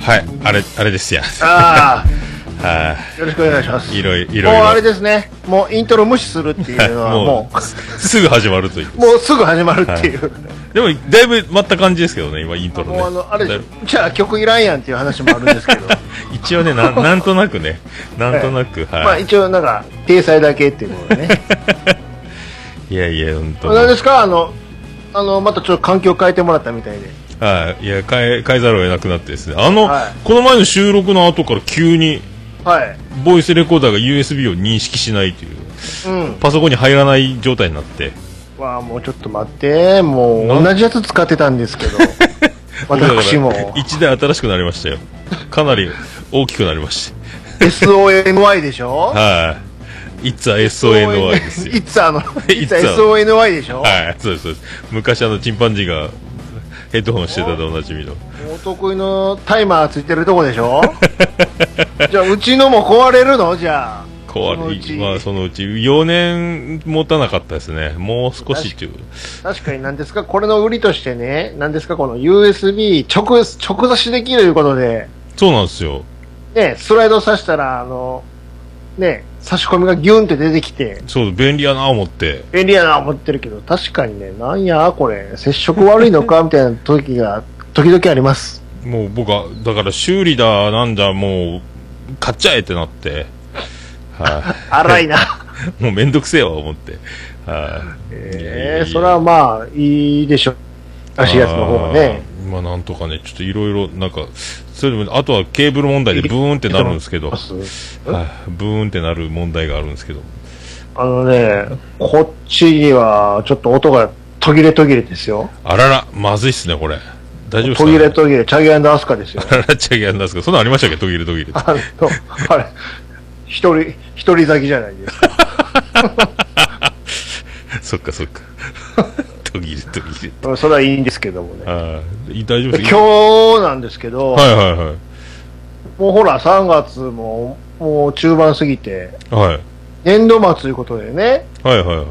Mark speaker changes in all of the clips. Speaker 1: はい、あれ、あれですや。
Speaker 2: あ
Speaker 1: は
Speaker 2: あ、よろしくお願いします。
Speaker 1: い、いろいろ、い
Speaker 2: もう
Speaker 1: ろ
Speaker 2: あれ
Speaker 1: いろ。
Speaker 2: ですね、もうイントロ無視するっていうのは、
Speaker 1: はい
Speaker 2: も
Speaker 1: すぐ始まるという。
Speaker 2: う、もうすぐ始まるっていう。
Speaker 1: でも、だいぶ待った感じですけどね、今イントロね。
Speaker 2: もうあの、あれ
Speaker 1: だいぶ、
Speaker 2: じゃあ曲いらんやんっていう話もあるんで すけど、
Speaker 1: 一応ね、 なん、なんとなくね、なんとなく、
Speaker 2: まあ
Speaker 1: はい。
Speaker 2: 一応なんか、体裁だけっていうこと でね。
Speaker 1: いやいや、本当。
Speaker 2: 何ですかあの、あの、またちょっと環境変えてもらったみたいで。
Speaker 1: はい、いや、変え、変えざるを得なくなってですね。あの
Speaker 2: はい、
Speaker 1: この前の収録の後から急に。
Speaker 2: はい。
Speaker 1: ボイスレコーダーが USB を認識しないという。
Speaker 2: うん。
Speaker 1: パソコンに入らない状態になって。
Speaker 2: わあ、もうちょっと待って、もう
Speaker 1: な
Speaker 2: 同じやつ使ってたんです けど、私も
Speaker 1: 僕だから一台新しくなりましたよ。かなり大きくなりまして。
Speaker 2: SONY で しょ
Speaker 1: はい。いつは SONY ですよ。
Speaker 2: いつあ の、い
Speaker 1: It's
Speaker 2: つ
Speaker 1: a-
Speaker 2: SONY でしょ
Speaker 1: はい、そうです、そうです。昔あの、チンパンジーがヘッドホンしてたでおなじみの。
Speaker 2: お得意のタイマーついてるとこでしょ じゃあうちのも壊れるのじゃあそのう
Speaker 1: 壊
Speaker 2: ち
Speaker 1: れ、まあそのうち4年持たなかったですね。もう少しっていう。
Speaker 2: 確かに何ですかこれの売りとしてね何ですかこの USB 直直差しできるいうことで
Speaker 1: そうなんですよ。
Speaker 2: ねスライドさしたらあのね差し込みがギュンって出てきて
Speaker 1: そう、便利やな思って。
Speaker 2: 便利やな思ってるけど確かにねなんやこれ接触悪いのかみたいな時が 時々あります
Speaker 1: もう僕は、だから修理だ、なんだ、もう、買っちゃえってなって。は
Speaker 2: 荒いな
Speaker 1: い。もうめんどくせえわ、思って。はい。
Speaker 2: ええそれはまあいいでしょ足やつの方がね
Speaker 1: あー。まあなんとかね、ちょっといろいろ、なんか、それでも、あとはケーブル問題でブーンってなるんですけど、はいブーンってなる問題があるんですけど、
Speaker 2: あのね、こっちにはちょっと音が途切れ途切れですよ。
Speaker 1: あらら、まずいっすね、これ。大丈夫で
Speaker 2: 途
Speaker 1: すか、。
Speaker 2: 切れ途切れ、チャゲアスカですよ
Speaker 1: あららっちゃいけないんですけど、そんなんありましたっけ、途切れ途切れ。
Speaker 2: あの、あれ、一人、一人咲きじゃないですか。
Speaker 1: そっかそっか。 途切れ途切れ。
Speaker 2: それはいいんですけどもね。
Speaker 1: あーいい大丈夫ですか
Speaker 2: 今日なんですけど、
Speaker 1: はいはいはい。
Speaker 2: もうほら3月ももう中盤過ぎて、
Speaker 1: はい。
Speaker 2: 年度末ということでね、
Speaker 1: はいはいは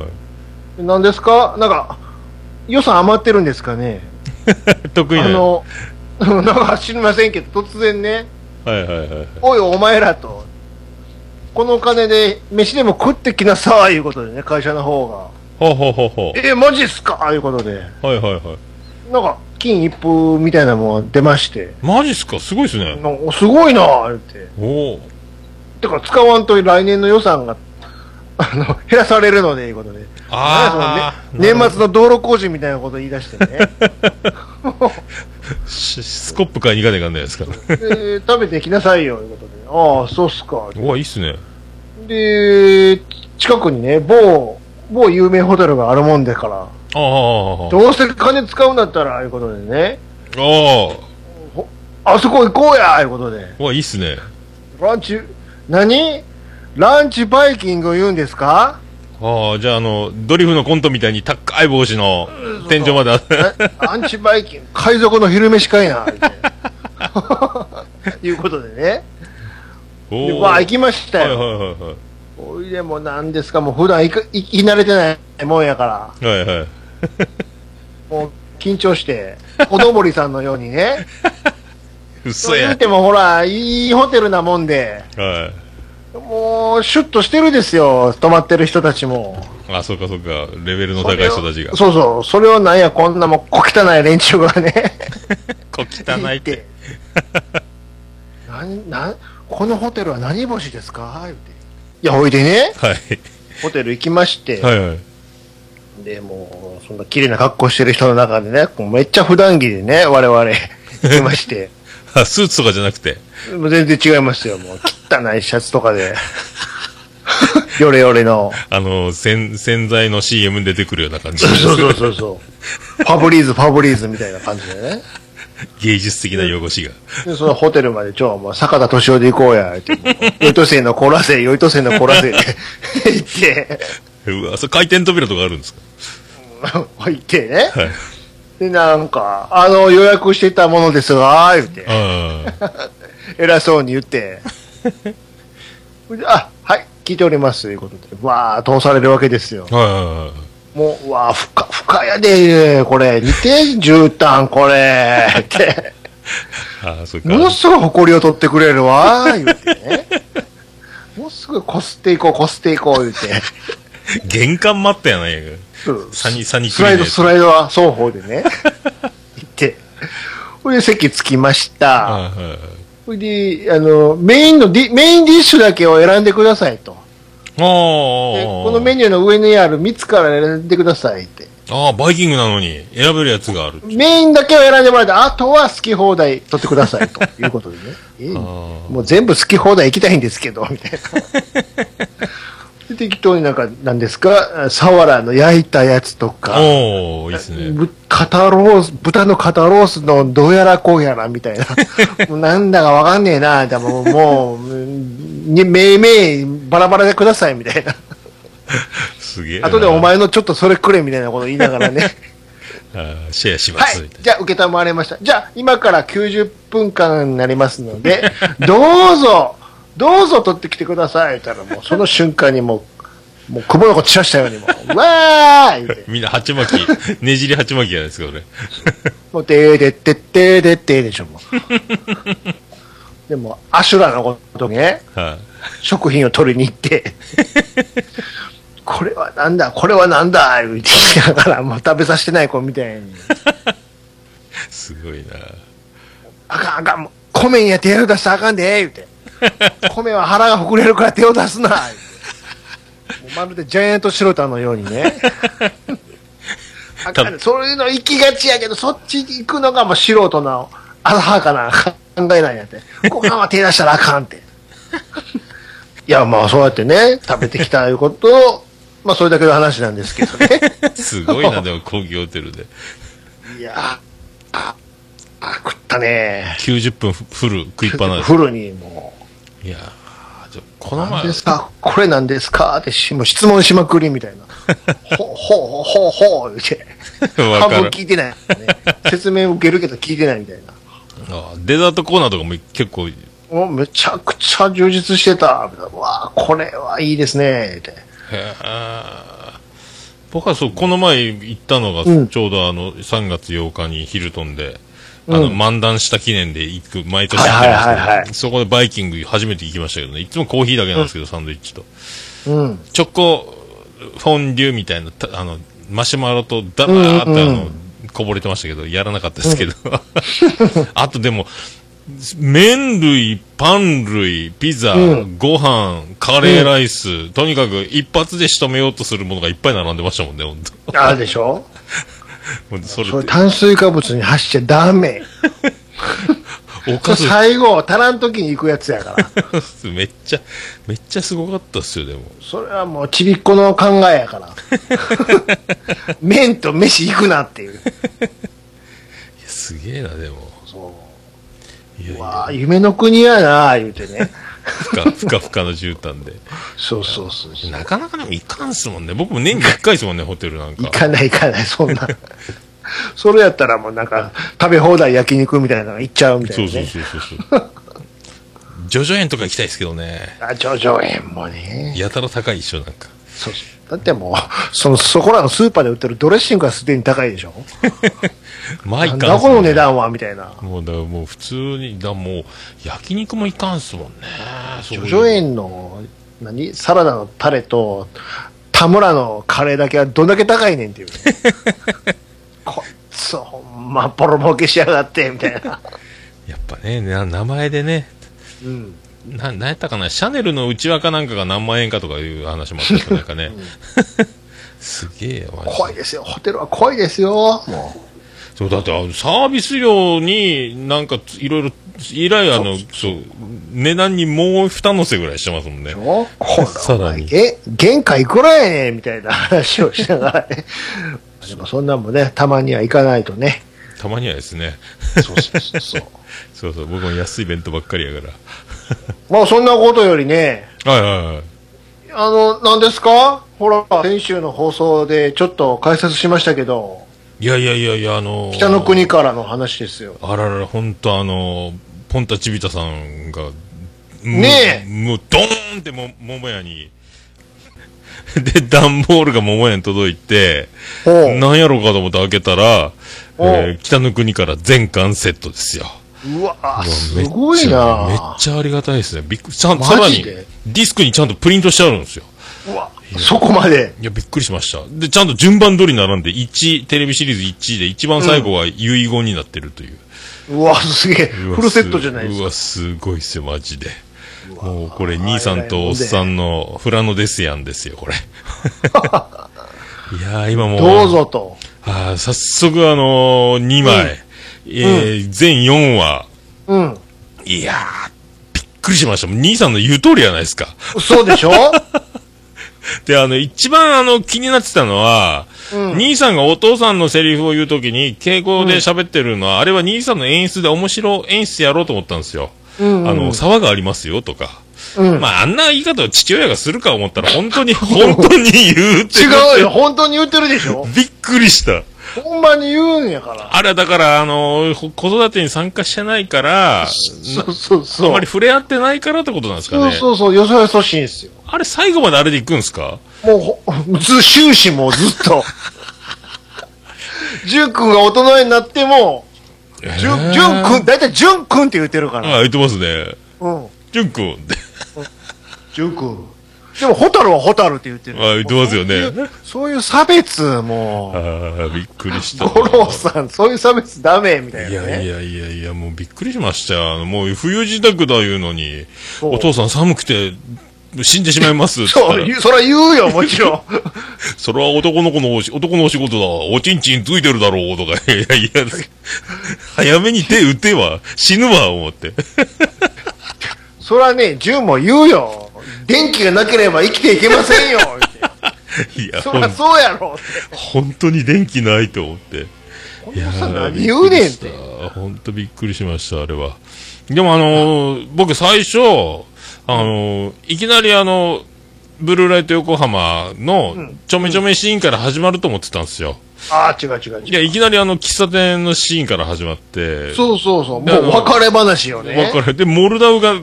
Speaker 2: 何ですかなんか、予算余ってるんですかね
Speaker 1: い。 得意な。
Speaker 2: あの、 なんか知りませんけど、突然ね、
Speaker 1: はいはいはい。
Speaker 2: おいお前らと、このお金で飯でも食ってきなさい、いうことでね、会社の方が。
Speaker 1: ほうほうほうほ
Speaker 2: えー、マジっすかいうことで、
Speaker 1: う。はいはいはい。
Speaker 2: なんか、金一封みたいなもんが出まして、
Speaker 1: マジっすかすごいっすね。
Speaker 2: なんかおすごいなぁ、って。
Speaker 1: おお。
Speaker 2: だから使わんと来年の予算が、あの、減らされるので、いうことで。
Speaker 1: ああ、
Speaker 2: なんやそのね年末の道路工事みたいなこと言い出して ね、
Speaker 1: しスコップ買いに行かねえかんないですから。
Speaker 2: えー食べてきなさいよ、いうことで。ああ、そうっすか。
Speaker 1: うわ、いいっすね。
Speaker 2: で、近くにね、某、某有名ホテルがあるもんでから、
Speaker 1: ああ、あ
Speaker 2: どうせ金使うんだったら、いうことでね、
Speaker 1: あ、
Speaker 2: あそこ行こうや、いうことで。
Speaker 1: うわ、いいっすね。
Speaker 2: ランチ、何ランチバイキング言うんですか
Speaker 1: ああ、じゃあ、あの、ドリフのコントみたいに高い帽子の天井まであって。
Speaker 2: えランチバイキング、海賊の昼飯かいな、みたいないうことでね。
Speaker 1: お
Speaker 2: で、
Speaker 1: お。
Speaker 2: わあ、行きました
Speaker 1: はい
Speaker 2: よ。
Speaker 1: はいはいは
Speaker 2: おいでも何ですか、もう普段行く行き慣れてないもんやから、
Speaker 1: い。はいはい。
Speaker 2: もう緊張して、おどぼりさんのように ね。
Speaker 1: 嘘
Speaker 2: そう言
Speaker 1: や
Speaker 2: っ。てもほら、いいホテルなもんで、
Speaker 1: はい。
Speaker 2: もう、シュッとしてるですよ、泊まってる人たちも。
Speaker 1: あ、そうかそうか。レベルの高い人たちが。
Speaker 2: そうそう、それをなんや、こんなもう小汚い連中がね。
Speaker 1: こ汚 いって。。
Speaker 2: なんなんこのホテルは何星ですか言うていや、おいでね、
Speaker 1: はい。
Speaker 2: ホテル行きまして、
Speaker 1: はいはい。
Speaker 2: で、もう、そんな綺麗な格好してる人の中でね、こうめっちゃ普段着でね、我々、 行きまして、
Speaker 1: あ、スーツとかじゃなくて。
Speaker 2: もう全然違いましたよ、もう、汚いシャツとかで、 ヨレヨレの、
Speaker 1: あの、洗、洗剤の CM に出てくるような感じ。
Speaker 2: そうそうそうそう、ファブリーズ、ファブリーズみたいな感じでね。
Speaker 1: 芸術的な汚しが。
Speaker 2: で、そのホテルまで、ちょ、もう、坂田敏夫で行こうや、って、もうよいとせいの凍らせ、よいとせいの凍らせ、で 行って、
Speaker 1: うわ、それ回転扉とかあるんですか
Speaker 2: 行ってね。
Speaker 1: はい。
Speaker 2: で、なんか、あの、予約してたものですが、言って、
Speaker 1: ああ。
Speaker 2: 偉そうに言って、あ、はい、聞いております、ということで、わあ、通されるわけですよ。
Speaker 1: はいはいはい。
Speaker 2: もう、わあ、ふか、ふかやで、これ、見て、絨毯、これ、って。
Speaker 1: ああ、そっか。
Speaker 2: もうすぐ誇りを取ってくれるわ、言うてね。もうすぐこすっていこう、こすっていこう、言うて。
Speaker 1: 玄関待ったやないか。
Speaker 2: そう
Speaker 1: サニサニ
Speaker 2: スライド、
Speaker 1: クリーンのやつ
Speaker 2: スライドは双方でね。行って。これで席着きまし
Speaker 1: あ
Speaker 2: た。
Speaker 1: あはいはい
Speaker 2: これで、あの、メインのディ、メインディッシュだけを選んでくださいと。
Speaker 1: あ
Speaker 2: で
Speaker 1: あ。
Speaker 2: このメニューの上にある3つから選んでくださいって。
Speaker 1: ああ、バイキングなのに選べるやつがある。
Speaker 2: メインだけを選んでもらって、あとは好き放題取ってくださいということ でね。ええ
Speaker 1: あ
Speaker 2: もう全部好き放題行きたいんですけど、みたいな。 で適当になんか、なんですか、サワラの焼いたやつと
Speaker 1: あ。
Speaker 2: か、
Speaker 1: おおいいっすね。
Speaker 2: ぶ肩ロース、豚の肩ロースのどうやらこうやらみたい な。もうなんだかわかんねえな、でももう、にめいめいバラバラでください、みたいな。
Speaker 1: すげえな。
Speaker 2: 後でお前のちょっとそれくれ、みたいなこと言いながらね。
Speaker 1: ああシェアしま
Speaker 2: は
Speaker 1: す。み
Speaker 2: い
Speaker 1: た。い
Speaker 2: じゃあ、受けたまわれました。じゃあ、今から90分間になりますの で、どうぞ、どうぞ取ってきてください。言ったら、もうその瞬間にもう、もう、くぼの子散らしたようにもう、うわーいって
Speaker 1: な。みんな、鉢巻 き、ねじり鉢巻きじゃないですか、俺。
Speaker 2: もう、でーでってってーでってーでしょ、もう。でも、アシュラのことね、
Speaker 1: はい。
Speaker 2: 食品を取りに行って、これはなんだ、これはなんだ、言って言いながら、もう食べさせてない子みたいに。
Speaker 1: すごいな。
Speaker 2: あかんあかん、もう米には手を出したらあかんで、言うて。米は腹が膨れるから手を出すな、言うてもうまるでジャイアントシロタのようにね。あかん、そういうの行きがちやけど、そっち行くのがもう素人な、浅はかな考えなんやって。ご飯は手出したらあかんって。 いや、まあそうやってね、食べてきたいうことを、まあそれだけの話なんですけどね。
Speaker 1: すごい な、でも、高級ホテルで。
Speaker 2: いやあ、あ、食ったね。
Speaker 1: 90分ふフル食いっぱなです
Speaker 2: フルにもう。
Speaker 1: いやーちょこの
Speaker 2: 何
Speaker 1: 前
Speaker 2: で、すかこれなんですかってしもう質問しまくりみたいな。ほ、ほ、ほ、ほ、言うて。
Speaker 1: わ
Speaker 2: 半
Speaker 1: か
Speaker 2: 分
Speaker 1: る。
Speaker 2: 聞いてない、ね。説明受けるけど聞いてないみたいな。
Speaker 1: あデザートコーナーとかも結構、はい
Speaker 2: もうめちゃくちゃ充実してた。みたいなわあ、これはいいですね。って。
Speaker 1: へー僕はそう、この前行ったのが、
Speaker 2: うん
Speaker 1: ちょうどあの、3月8日にヒルトンで、あの、漫談した記念で行く、毎年行ってるんですけど、
Speaker 2: はいはいはいはい
Speaker 1: そこでバイキング初めて行きましたけどね、いつもコーヒーだけなんですけど、サンドイッチと。
Speaker 2: うん。
Speaker 1: チョコ、フォンデュみたいな、たあの、マシュマロとダバーって、
Speaker 2: うんうんうん
Speaker 1: あの、こぼれてましたけど、やらなかったですけ ど。あとでも、麺類、パン類、ピザ、
Speaker 2: うん
Speaker 1: ご飯、カレーライス、とにかく一発で仕留めようとするものがいっぱい並んでましたもんね、 本
Speaker 2: あるでしょ
Speaker 1: 当。もうそれ
Speaker 2: それ
Speaker 1: って、
Speaker 2: 炭水化物に走っちゃダメ。
Speaker 1: お
Speaker 2: それ
Speaker 1: かず、
Speaker 2: 最後、足らん時に行くやつやから。
Speaker 1: めっちゃ、めっちゃすごかったっすよ、でも。
Speaker 2: それはもうちびっこの考え やから。 麺と飯行くなっていう。
Speaker 1: いやすげえな、でも。
Speaker 2: そう。
Speaker 1: いやいや、
Speaker 2: わあ、夢の国やなあ言うてね。
Speaker 1: ふか、ふかふかの絨毯で。
Speaker 2: そうそうそう。行
Speaker 1: なかなかでも行かんっすもんね。僕も年に1回ですもんね、ホテルなんか。
Speaker 2: かない行かない、そんな。 それやったらもうなんか、食べ放題焼肉みたいなのが行っちゃうみたいな
Speaker 1: そ
Speaker 2: ね。
Speaker 1: うそうそうそうそう。 ジョジョ園とか行きたいですけどね。
Speaker 2: あ、上場園もね。
Speaker 1: やたら高い一緒なんか。
Speaker 2: そうそうだってもう、その、そこらのスーパーで売ってるドレッシングがすでに高いでしょ
Speaker 1: まあ
Speaker 2: ないん
Speaker 1: か
Speaker 2: だ
Speaker 1: ん
Speaker 2: この値段はみたいな。
Speaker 1: もうだからもう普通に、だもう焼肉もいかんっすもんね。そういう
Speaker 2: 上場園の、何サラダのタレと、田村のカレーだけはどんだけ高いねんっていう。 こいつほんま、ボロボケしやがって、みたいな。
Speaker 1: やっぱね、な名前でね、
Speaker 2: うん。
Speaker 1: な、なんやったかな、シャネルの内輪かなんかが何万円かとかいう話もあった けど、なんかね。 すげえよ、マジで
Speaker 2: 怖いですよ、ホテルは怖いですよ、も
Speaker 1: そう、だってあの、サービス料になんかついろいろ、以来あの、そう、値段にもう二乗せぐらいしてますもんね
Speaker 2: う。。もうこ
Speaker 1: さらに
Speaker 2: え、原価いくらやねんみたいな話をしながらね。 でもそんなんもね、たまには行かないとね。
Speaker 1: たまにはですね。
Speaker 2: そうそうそうそう。
Speaker 1: そうそう、僕も安い弁当ばっかりやから。
Speaker 2: まあそんなことよりね、
Speaker 1: はいはいはい。
Speaker 2: あの、何ですかほら、先週の放送でちょっと解説しましたけど、
Speaker 1: いやいやいやいや、あのー
Speaker 2: 北の国からの話ですよ。
Speaker 1: あららら、ほんとあのーポンタチビタさんが、もう
Speaker 2: ねえ
Speaker 1: もう、ドーンっても、桃屋に。 で、段ボールが桃屋に届いて、
Speaker 2: ほう
Speaker 1: なんやろうかと思って開けたら、
Speaker 2: おう
Speaker 1: えー北の国から全巻セットですよ。
Speaker 2: うわ
Speaker 1: うわ
Speaker 2: あ
Speaker 1: め
Speaker 2: す
Speaker 1: っちゃ
Speaker 2: ごい
Speaker 1: めっ
Speaker 2: な
Speaker 1: ちゃありがたいですね。びっくり。ちゃんと、
Speaker 2: マジ
Speaker 1: さ
Speaker 2: で
Speaker 1: らに、ディスクにちゃんとプリントしてあるんですよ。
Speaker 2: うわそこまで
Speaker 1: いや、びっくりしました。で、ちゃんと順番通り並んで、1、テレビシリーズ1で、一番最後は遺言になってるという。
Speaker 2: うわすげえ
Speaker 1: うわ
Speaker 2: フルセットじゃないで
Speaker 1: う
Speaker 2: すか
Speaker 1: わ、すごいっすよ、マジで。もう、これ、兄さんとおっさんのフラノデスヤンですよ、 これ。いやー、今もう、
Speaker 2: どうぞと
Speaker 1: あー早速、あのー、2枚、えー全4話。
Speaker 2: うん
Speaker 1: いやー、びっくりしました。もう兄さんの言う通りじゃないですか。
Speaker 2: そうで しょ
Speaker 1: で、あの、一番あの、気になってたのは、
Speaker 2: うん
Speaker 1: 兄さんがお父さんのセリフを言うときに、敬語で喋ってるのは、あれは兄さんの演出で面白演出やろうと思ったんですよ。
Speaker 2: うんうん
Speaker 1: あの、沢がありますよ、とか。
Speaker 2: うん
Speaker 1: まあ、あんな言い方を父親がするか思ったら、本 当に、本当に言うって。
Speaker 2: 違うよ本当に言ってるでしょ
Speaker 1: びっくりした。
Speaker 2: ほんまに言うんやから
Speaker 1: あれはだから、あの、ほ子育てに参加してないから、
Speaker 2: そうそう
Speaker 1: あん
Speaker 2: そう
Speaker 1: まり触れ合ってないからってことなんですか
Speaker 2: そう
Speaker 1: ね。
Speaker 2: そうそうよそよそしいんですよ
Speaker 1: あれ最後まであれで行くんですか
Speaker 2: もうほ、ず、終始もうずっと。 淳君が大人になっても、淳
Speaker 1: えー
Speaker 2: 淳君、だいたい淳君って言ってるから。
Speaker 1: あ言ってますね。
Speaker 2: うん。
Speaker 1: ジュン君 って。
Speaker 2: 淳君。でも、蛍は蛍って言ってる。
Speaker 1: あ言ってますよね
Speaker 2: もうそういうそういう差別も、
Speaker 1: ああ、びっくりした。
Speaker 2: 五郎さん、そういう差別ダメ、みたいな、
Speaker 1: い
Speaker 2: ね。
Speaker 1: やいやいやいや、もうびっくりしましたよ。あのもう冬自宅だ言うのに、
Speaker 2: そう
Speaker 1: お父さん寒くて死んでしまいますって言った
Speaker 2: そう、
Speaker 1: ら
Speaker 2: 言うそら言うよ、もちろん。
Speaker 1: それは男の子のおし男のお仕事だ。おちんちんついてるだろうとか、いやいや、早めに手打ては死ぬわ、思って。
Speaker 2: そらね、淳も言うよ。電気がなければ生きていけませんよ。言 う
Speaker 1: い
Speaker 2: て
Speaker 1: や、
Speaker 2: そ
Speaker 1: ほ
Speaker 2: ら
Speaker 1: ん
Speaker 2: そうやろ。
Speaker 1: 本当に電気ないと思って。
Speaker 2: こ
Speaker 1: いや
Speaker 2: のさ、
Speaker 1: ー
Speaker 2: 何言うねん
Speaker 1: び
Speaker 2: っ。て
Speaker 1: く。りしたほんとびっくりしました、あれは。でもあのー僕最初、あのーいきなりあの、ブルーライト横浜のちょめちょめシーンから始まると思ってたんですよ。
Speaker 2: ああ、違う違う違う
Speaker 1: い。や、いきなりあの、喫茶店のシーンから始まって、
Speaker 2: そうそうそう。
Speaker 1: だ
Speaker 2: も
Speaker 1: か
Speaker 2: う
Speaker 1: ら
Speaker 2: 別れ話よね。
Speaker 1: わかる。で、モルダウが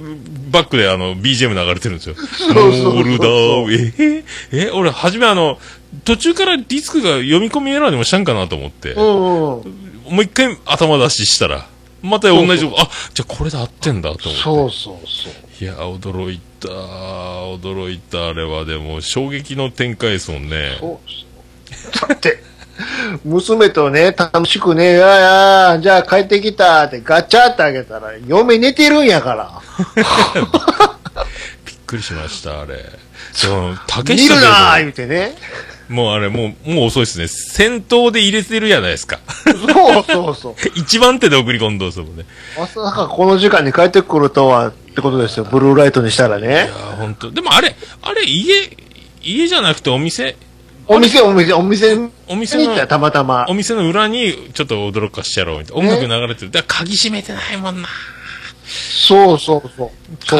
Speaker 1: バックであの、BGM 流れてるんですよ。
Speaker 2: そうそう
Speaker 1: モルダウ、えええ俺、初めあの、途中からディスクが読み込みエラーでもしたんかなと思って。
Speaker 2: うんうん。
Speaker 1: もう一回頭出ししたら、また同じとこ、あ、じゃあこれで合ってんだと思
Speaker 2: そうそうそう。
Speaker 1: って。いや、驚いた、驚いた、あれは。でも、衝撃の展開ですもんね。
Speaker 2: そうそうだって、娘とね、楽しくね、ああ、じゃあ帰ってきたってガチャってあげたら、嫁寝てるんやから。
Speaker 1: びっくりしました、あれ。その、竹
Speaker 2: 見るなー
Speaker 1: 下
Speaker 2: 言うてね。
Speaker 1: でも、もうあれ、もう、もう遅いですね。先頭で入れてるじゃないですか。
Speaker 2: そうそうそう。
Speaker 1: 一番手で送り込んどうすもんね。
Speaker 2: まさかこの時間に帰ってくるとは、ってことですよ。ブルーライトにしたらね
Speaker 1: いや。ー、ほんと。でもあれ、あれ、家、家じゃなくてお店、
Speaker 2: お店、お店、お店に
Speaker 1: お
Speaker 2: 行っ
Speaker 1: 店の
Speaker 2: たらたまたま
Speaker 1: お。店の裏にちょっと驚かしてやろうみたいな。音楽流れてる。だから鍵閉めてないもんな。
Speaker 2: そうそうそう。そう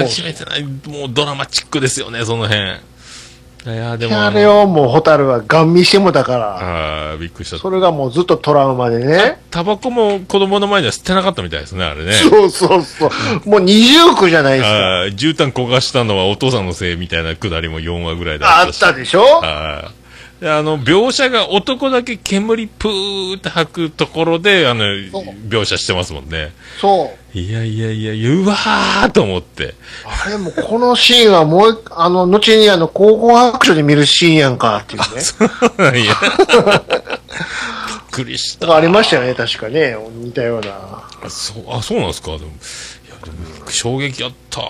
Speaker 1: 鍵閉めてない。もうドラマチックですよね、その辺。いやー、でも
Speaker 2: あ
Speaker 1: あ
Speaker 2: れ
Speaker 1: の、
Speaker 2: をもうホタルはガン見してもだから、
Speaker 1: あーびっくりした
Speaker 2: そ。れがもうずっとトラウマでね。
Speaker 1: タバコも子供の前では捨てなかったみたいですね、あれね。
Speaker 2: そうそうそう。もう二重苦じゃないですか。
Speaker 1: あー絨毯焦がしたのはお父さんのせいみたいなくだりも4話ぐらいだ
Speaker 2: あ
Speaker 1: った
Speaker 2: っ
Speaker 1: し。
Speaker 2: たでしょ
Speaker 1: あーであの、描写が男だけ煙プーって吐くところで、あの、
Speaker 2: そう
Speaker 1: 描写してますもんね。
Speaker 2: そう。
Speaker 1: いやいやいや、うわーと思って。
Speaker 2: あれもこのシーンはもう一、あの、後にあの、高校白書で見るシーンやんかっていうね。
Speaker 1: そうなんや。びっくりし
Speaker 2: だ
Speaker 1: た。
Speaker 2: からありましたよね、確かね。似たような。
Speaker 1: そう、あ、そうなんですかでも。いや、でも、衝撃やった。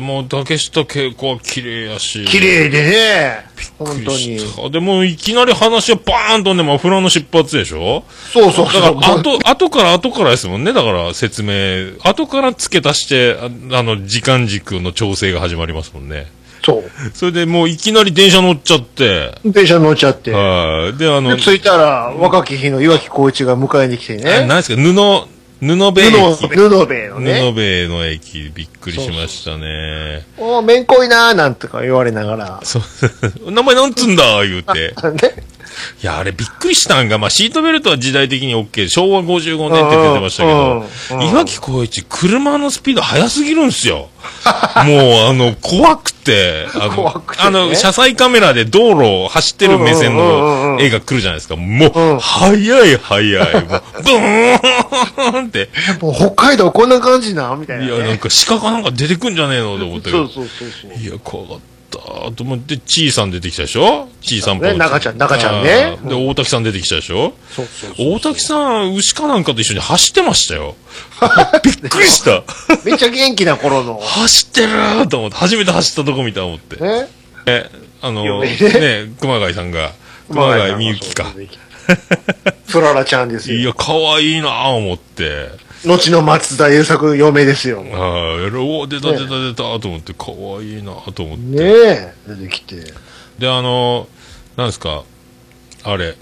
Speaker 1: もう、竹下恵子は綺麗やし。
Speaker 2: 綺麗でね。本
Speaker 1: びっく
Speaker 2: 当
Speaker 1: り
Speaker 2: に。
Speaker 1: した。でも、いきなり話はバーンとね、まあ、フラの出発でしょ
Speaker 2: そうそう
Speaker 1: だか
Speaker 2: そ
Speaker 1: ら、
Speaker 2: う。
Speaker 1: 後、後から後からですもんね。だから、説明。後から付け足して、ああの、時間軸の調整が始まりますもんね。
Speaker 2: そう。
Speaker 1: それでもう、いきなり電車乗っちゃって。
Speaker 2: 電車乗っちゃって。
Speaker 1: はい。で、あの
Speaker 2: で、、着いたら、若き日の岩木光一が迎えに来て
Speaker 1: え
Speaker 2: ね。
Speaker 1: 何ですか布、布部
Speaker 2: 布、
Speaker 1: 駅。
Speaker 2: 布べのね。
Speaker 1: 布部の駅、びっくりしましたね。
Speaker 2: おー、めんこいなーなんとか言われながら。
Speaker 1: そう名前なんつうんだ言うて。
Speaker 2: ね。
Speaker 1: いや、あれびっくりしたんが、まあ、シートベルトは時代的に OK で、昭和55年って出てましたけ
Speaker 2: うん
Speaker 1: ど、
Speaker 2: うん
Speaker 1: 岩木光一、車のスピード速すぎるんすよ。もう、あの、怖くて、あの、
Speaker 2: 怖くてね
Speaker 1: あの、車載カメラで道路を走ってる目線
Speaker 2: うんうんうんう
Speaker 1: の
Speaker 2: ん
Speaker 1: 絵が来るじゃないですか。もう、
Speaker 2: うん
Speaker 1: 速い速い。もう、ブーンって。
Speaker 2: もう北海道こんな感じなみたい
Speaker 1: い
Speaker 2: な、
Speaker 1: や、なん
Speaker 2: ね。
Speaker 1: か鹿かなんか出てくんじゃねえのと思ったけど。
Speaker 2: そうそうそう そう。
Speaker 1: いや、怖かった。と思って、ちーさん出てきたでしょちーさんぽん。
Speaker 2: ね中ちゃん中ちゃんね
Speaker 1: あーで、大滝さん出てきたでしょ
Speaker 2: そうそうそう
Speaker 1: 大滝さん、牛かなんかと一緒に走ってました よ。びっくりした。
Speaker 2: めっちゃ元気な頃の。
Speaker 1: 走ってるーと思って、初めて走ったとこ見たと思って。
Speaker 2: ね。
Speaker 1: え、あの、
Speaker 2: 嫁
Speaker 1: ね
Speaker 2: ね、
Speaker 1: 熊谷さんが、熊谷みゆきか。。
Speaker 2: プララちゃんです
Speaker 1: い
Speaker 2: よ。
Speaker 1: や、可愛いなぁ思って。
Speaker 2: 後の松田優作嫁ですよ。ね
Speaker 1: ああ、おー出た出た出たと思って、可愛いなぁと思って。
Speaker 2: え。出てきて。
Speaker 1: で、あの、なんですか、あれ、